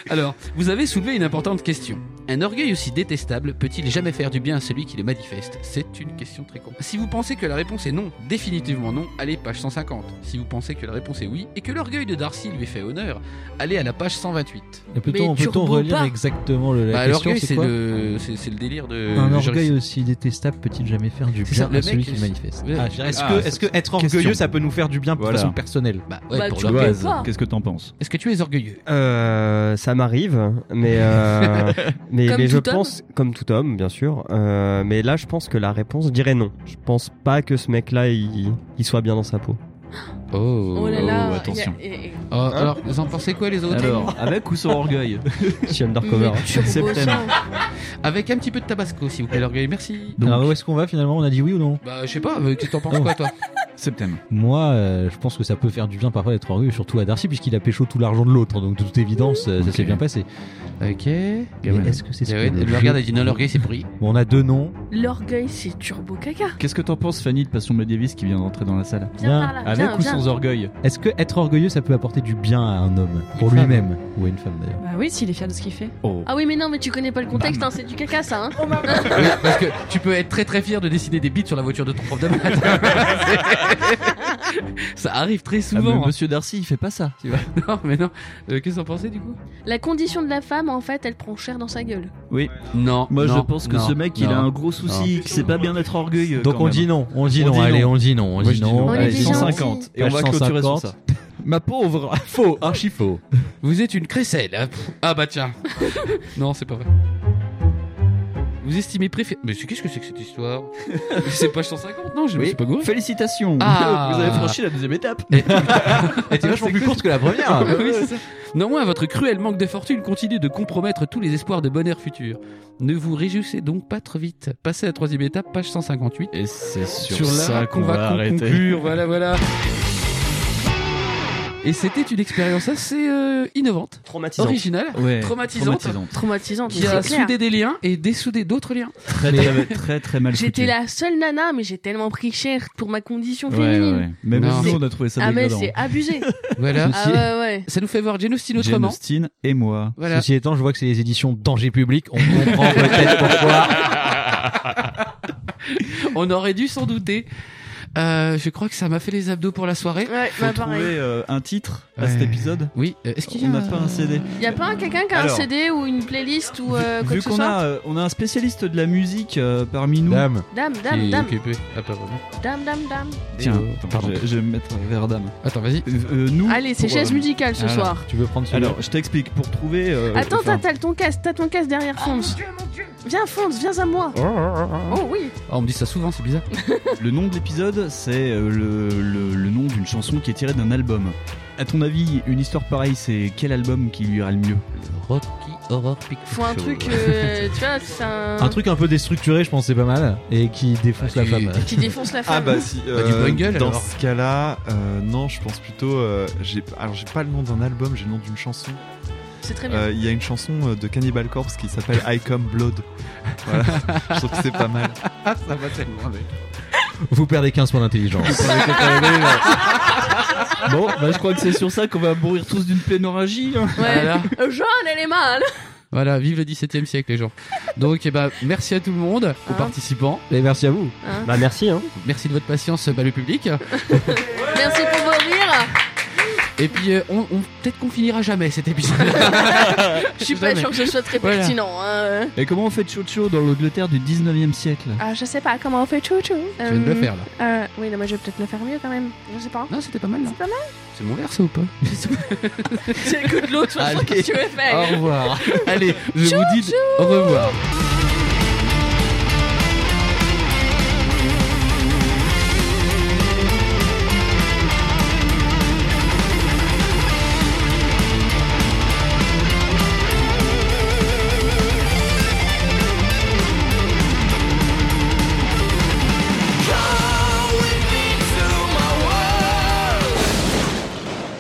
Speaker 3: Alors, vous avez soulevé une importante question. Un orgueil aussi détestable peut-il jamais faire du bien à celui qui le manifeste C'est une question très con. Si vous pensez que la réponse est non, définitivement non, allez page 150. Si vous pensez que la réponse est oui et que l'orgueil de Darcy lui fait honneur, allez à la page 128.
Speaker 5: Et Peut-on
Speaker 2: Mais
Speaker 5: peut-on
Speaker 2: turbo
Speaker 5: relire
Speaker 2: pas.
Speaker 5: exactement le, la
Speaker 3: Bah,
Speaker 5: question
Speaker 3: l'orgueil,
Speaker 5: C'est
Speaker 3: c'est
Speaker 5: quoi
Speaker 3: le, c'est- c'est le délire de.
Speaker 5: Un
Speaker 3: Jean-
Speaker 5: orgueil aussi détestable peut-il jamais faire du
Speaker 3: C'est ça,
Speaker 5: bien
Speaker 3: le
Speaker 5: à celui
Speaker 3: mec,
Speaker 5: qui le
Speaker 3: c'est-
Speaker 5: manifeste
Speaker 3: Ouais.
Speaker 5: Ah, je dirais, Est-ce
Speaker 9: Ah,
Speaker 5: que,
Speaker 9: c'est
Speaker 5: est-ce que être
Speaker 9: question.
Speaker 5: orgueilleux, ça peut nous faire du bien
Speaker 9: Voilà.
Speaker 5: de façon personnelle
Speaker 3: Bah, ouais,
Speaker 2: Bah,
Speaker 3: pour
Speaker 2: tu
Speaker 3: l'orgueil.
Speaker 2: vois.
Speaker 9: Loise,
Speaker 2: pas.
Speaker 9: qu'est-ce que t'en penses
Speaker 3: Est-ce que tu es orgueilleux
Speaker 7: Euh, ça m'arrive, mais euh, mais,
Speaker 2: Comme
Speaker 7: mais je
Speaker 2: tout homme
Speaker 7: pense comme tout homme, bien sûr. euh, mais là, je pense que la réponse dirait non. Je pense pas que ce mec-là, il, il soit bien dans sa peau.
Speaker 3: Oh.
Speaker 2: Oh là là.
Speaker 9: Oh, attention.
Speaker 2: y a- et- et-
Speaker 3: Oh, alors, vous en pensez quoi, les autres
Speaker 9: Alors, avec ou sans orgueil
Speaker 7: Si undercover.
Speaker 5: hein.
Speaker 9: hein.
Speaker 2: mais turbo
Speaker 9: Septembre.
Speaker 2: sang.
Speaker 3: Avec un petit peu de tabasco, s'il vous plaît, l'orgueil, merci.
Speaker 5: Alors où est-ce qu'on va finalement On a dit oui ou non
Speaker 3: Bah, je sais pas, euh, qu'est-ce que t'en penses,
Speaker 5: Oh.
Speaker 3: quoi, toi
Speaker 9: Septembre.
Speaker 5: Moi, euh, je pense que ça peut faire du bien parfois d'être orgueilleux, surtout à Darcy, puisqu'il a pécho tout l'argent de l'autre. Donc de toute évidence, euh, ça
Speaker 3: Ok.
Speaker 5: s'est bien passé.
Speaker 3: Ok.
Speaker 5: Mais est-ce que c'est ce que le
Speaker 3: le
Speaker 5: jeu-
Speaker 3: regarde, elle dit non, l'orgueil, c'est pourri.
Speaker 5: Bon, On a deux noms.
Speaker 2: L'orgueil, c'est turbo caca.
Speaker 9: Qu'est-ce que t'en penses, Fanny, de Passion médiéviste qui vient d'entrer dans la salle
Speaker 5: Bien.
Speaker 6: Viens par là.
Speaker 9: Avec
Speaker 6: Viens,
Speaker 9: ou
Speaker 6: viens.
Speaker 9: sans orgueil
Speaker 5: Est-ce que être orgueilleux, ça peut apporter du bien à un homme Pour
Speaker 3: femme.
Speaker 5: lui-même Ou à une femme d'ailleurs.
Speaker 11: Bah oui, s'il est fier de ce qu'il fait.
Speaker 9: Oh.
Speaker 6: Ah oui, mais non, mais tu connais pas le contexte, hein, c'est du caca ça. Hein.
Speaker 3: Oui, parce que tu peux être très très fier de dessiner des bits sur la voiture de ton prof de maths. ça arrive très
Speaker 9: Ah, mais
Speaker 3: souvent. hein.
Speaker 9: Monsieur Darcy, il fait pas ça. tu vois.
Speaker 3: Non, mais non. Euh, Qu'est-ce que t'en pensais du coup
Speaker 6: La condition de la femme, en fait, elle prend cher dans sa gueule.
Speaker 3: Non.
Speaker 9: Moi, je
Speaker 3: non,
Speaker 9: pense que
Speaker 3: non,
Speaker 9: ce mec, il
Speaker 3: non.
Speaker 9: a un gros souci, que c'est pas bien d'être orgueilleux.
Speaker 5: Donc
Speaker 9: quand
Speaker 5: on
Speaker 9: même.
Speaker 5: dit non, on dit
Speaker 9: On
Speaker 5: non,
Speaker 9: dit
Speaker 5: allez,
Speaker 9: non.
Speaker 5: on dit non, on
Speaker 9: Moi,
Speaker 5: dit
Speaker 9: je dis
Speaker 5: non.
Speaker 6: On est
Speaker 9: Allez,
Speaker 6: déjà
Speaker 9: 150. Et on
Speaker 5: Page
Speaker 9: va clôturer sur
Speaker 5: 150.
Speaker 9: ça. Ma pauvre Faux Archifaux
Speaker 3: Vous êtes une crécelle. hein. Pff, Ah bah tiens. non, c'est pas vrai. Vous estimez préféré. Mais c'est- qu'est-ce que c'est que cette histoire C'est page 150 Non, je me
Speaker 9: Oui.
Speaker 3: suis pas gouré.
Speaker 9: Félicitations
Speaker 3: Ah.
Speaker 9: Vous avez franchi la deuxième étape
Speaker 5: Elle était vachement plus courte que la première.
Speaker 3: Oui, c'est ça. Néanmoins, votre cruel manque de fortune continue de compromettre tous les espoirs de bonheur futur. Ne vous réjouissez donc pas trop vite. Passez à la troisième étape, page 158.
Speaker 9: Et c'est sur,
Speaker 3: là
Speaker 9: ça qu'on va, arrêter.
Speaker 3: conclure. Voilà, voilà. Et c'était une expérience assez euh, innovante,
Speaker 7: Traumatisant.
Speaker 3: originale,
Speaker 9: Ouais.
Speaker 3: Traumatisante.
Speaker 2: Traumatisante.
Speaker 3: qui a
Speaker 2: c'est clair.
Speaker 3: soudé des liens et dessoudé d'autres liens.
Speaker 9: Très, très, très, très mal
Speaker 2: J'étais
Speaker 9: foutu.
Speaker 2: la seule nana, mais j'ai tellement pris cher pour ma condition
Speaker 9: Ouais,
Speaker 2: féminine.
Speaker 9: ouais, ouais. Même
Speaker 3: Non.
Speaker 9: nous, on a trouvé ça hein.
Speaker 2: Ah mais
Speaker 9: dégradant.
Speaker 2: c'est abusé.
Speaker 3: Voilà.
Speaker 2: ah ouais ouais.
Speaker 3: Ça nous fait voir Jane Austen
Speaker 9: Jane
Speaker 3: autrement.
Speaker 9: Austen et moi.
Speaker 3: Voilà.
Speaker 5: Ceci étant, je vois que c'est les éditions Danger Public. On comprend peut-être pourquoi.
Speaker 3: On aurait dû s'en douter. Euh, je crois que ça m'a fait les abdos pour la soirée.
Speaker 2: Ouais,
Speaker 9: Faut
Speaker 2: bah pareil.
Speaker 9: trouver euh, un titre à
Speaker 3: Ouais.
Speaker 9: cet épisode.
Speaker 3: Oui. euh, Est-ce qu'il y a
Speaker 9: On n'a pas un CD.
Speaker 2: Y a pas un- quelqu'un qui a un
Speaker 9: Alors.
Speaker 2: CD ou une playlist ou euh, quoi
Speaker 9: Vu
Speaker 2: que ce
Speaker 9: qu'on
Speaker 2: soit
Speaker 9: a, euh, on a un spécialiste de la musique euh, parmi nous.
Speaker 5: Dame.
Speaker 2: Dame,
Speaker 3: Qui
Speaker 2: dame,
Speaker 3: est
Speaker 2: dame,
Speaker 3: occupé. Ah, pas vraiment.
Speaker 2: dame, dame, dame.
Speaker 9: Tiens,
Speaker 3: Euh,
Speaker 9: attends,
Speaker 3: pardon.
Speaker 9: je, je vais me mettre vers dame.
Speaker 3: Attends, vas-y.
Speaker 9: Euh, euh, nous.
Speaker 2: Allez, c'est
Speaker 9: pour,
Speaker 2: chaise
Speaker 9: euh,
Speaker 2: musicale ce
Speaker 3: Ah,
Speaker 9: alors.
Speaker 2: soir.
Speaker 5: Tu veux prendre celui-là
Speaker 9: Alors, je t'explique. Pour trouver. euh,
Speaker 2: Attends,
Speaker 9: enfin,
Speaker 2: t'as t'as le ton casse, t'as ton casse derrière Fonz. Viens, fonce, viens à moi. Oh oui.
Speaker 3: Ah, on me dit ça souvent, c'est bizarre.
Speaker 4: Le nom de l'épisode, c'est euh, le, le- le nom d'une chanson qui est tirée d'un album. À ton avis, une histoire pareille, c'est quel album qui lui ira le mieux
Speaker 3: Rocky Horror Picture
Speaker 2: Faut un
Speaker 3: Show.
Speaker 2: truc, euh, tu vois, c'est un...
Speaker 5: Un truc un peu déstructuré, je pense, c'est pas mal. Et qui défonce
Speaker 3: Ah,
Speaker 5: la
Speaker 3: tu-
Speaker 5: femme.
Speaker 2: qui défonce la
Speaker 10: Ah
Speaker 2: femme.
Speaker 10: bah si.
Speaker 3: Bah, du Bungle,
Speaker 10: dans
Speaker 3: alors.
Speaker 10: ce cas-là, euh, non, je pense plutôt. euh, j'ai- alors j'ai pas le nom d'un album, j'ai le nom d'une chanson.
Speaker 2: C'est très bien.
Speaker 10: Euh, Il y a une chanson euh, de Cannibal Corpse qui s'appelle I Come Blood. Voilà, je trouve que c'est pas mal.
Speaker 3: Ah, ça va tellement. mais-
Speaker 5: Vous perdez 15 points d'intelligence.
Speaker 4: Bon, bah, je crois que c'est sur ça qu'on va mourir tous d'une pénorragie. hein.
Speaker 2: Ouais.
Speaker 3: Voilà.
Speaker 2: Euh, Jean, elle est mal.
Speaker 3: Voilà, vive le 17 e siècle, les gens. Donc, eh ben, merci à tout le monde, aux
Speaker 2: Hein.
Speaker 3: participants.
Speaker 5: Et merci à vous.
Speaker 7: Bah merci hein.
Speaker 3: Merci de votre patience, bah, le public.
Speaker 2: Merci pour vos rires.
Speaker 3: Et puis, euh, on, on- peut-être qu'on finira jamais cet épisode.
Speaker 2: Je suis pas
Speaker 3: Jamais.
Speaker 2: sûre que ce soit très
Speaker 3: Voilà.
Speaker 2: pertinent. hein.
Speaker 4: Et comment on fait Chocho dans l'Angleterre du 19e siècle
Speaker 6: Ah, je sais pas comment on fait chouchou.
Speaker 3: Je viens de le faire, là.
Speaker 6: Euh, oui, non, mais je vais peut-être le faire mieux quand même. Je sais pas.
Speaker 3: Non, c'était pas mal, là.
Speaker 6: C'est pas mal.
Speaker 3: C'est mon verre, ça, ou pas
Speaker 2: J'écoute l'autre,
Speaker 3: Allez.
Speaker 2: qu'est-ce que tu veux
Speaker 3: Au
Speaker 2: faire
Speaker 3: revoir. Allez, je vous dis au revoir.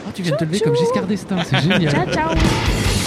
Speaker 3: Oh, tu viens de te lever comme Giscard d'Estaing, c'est génial.
Speaker 6: Ciao, ciao.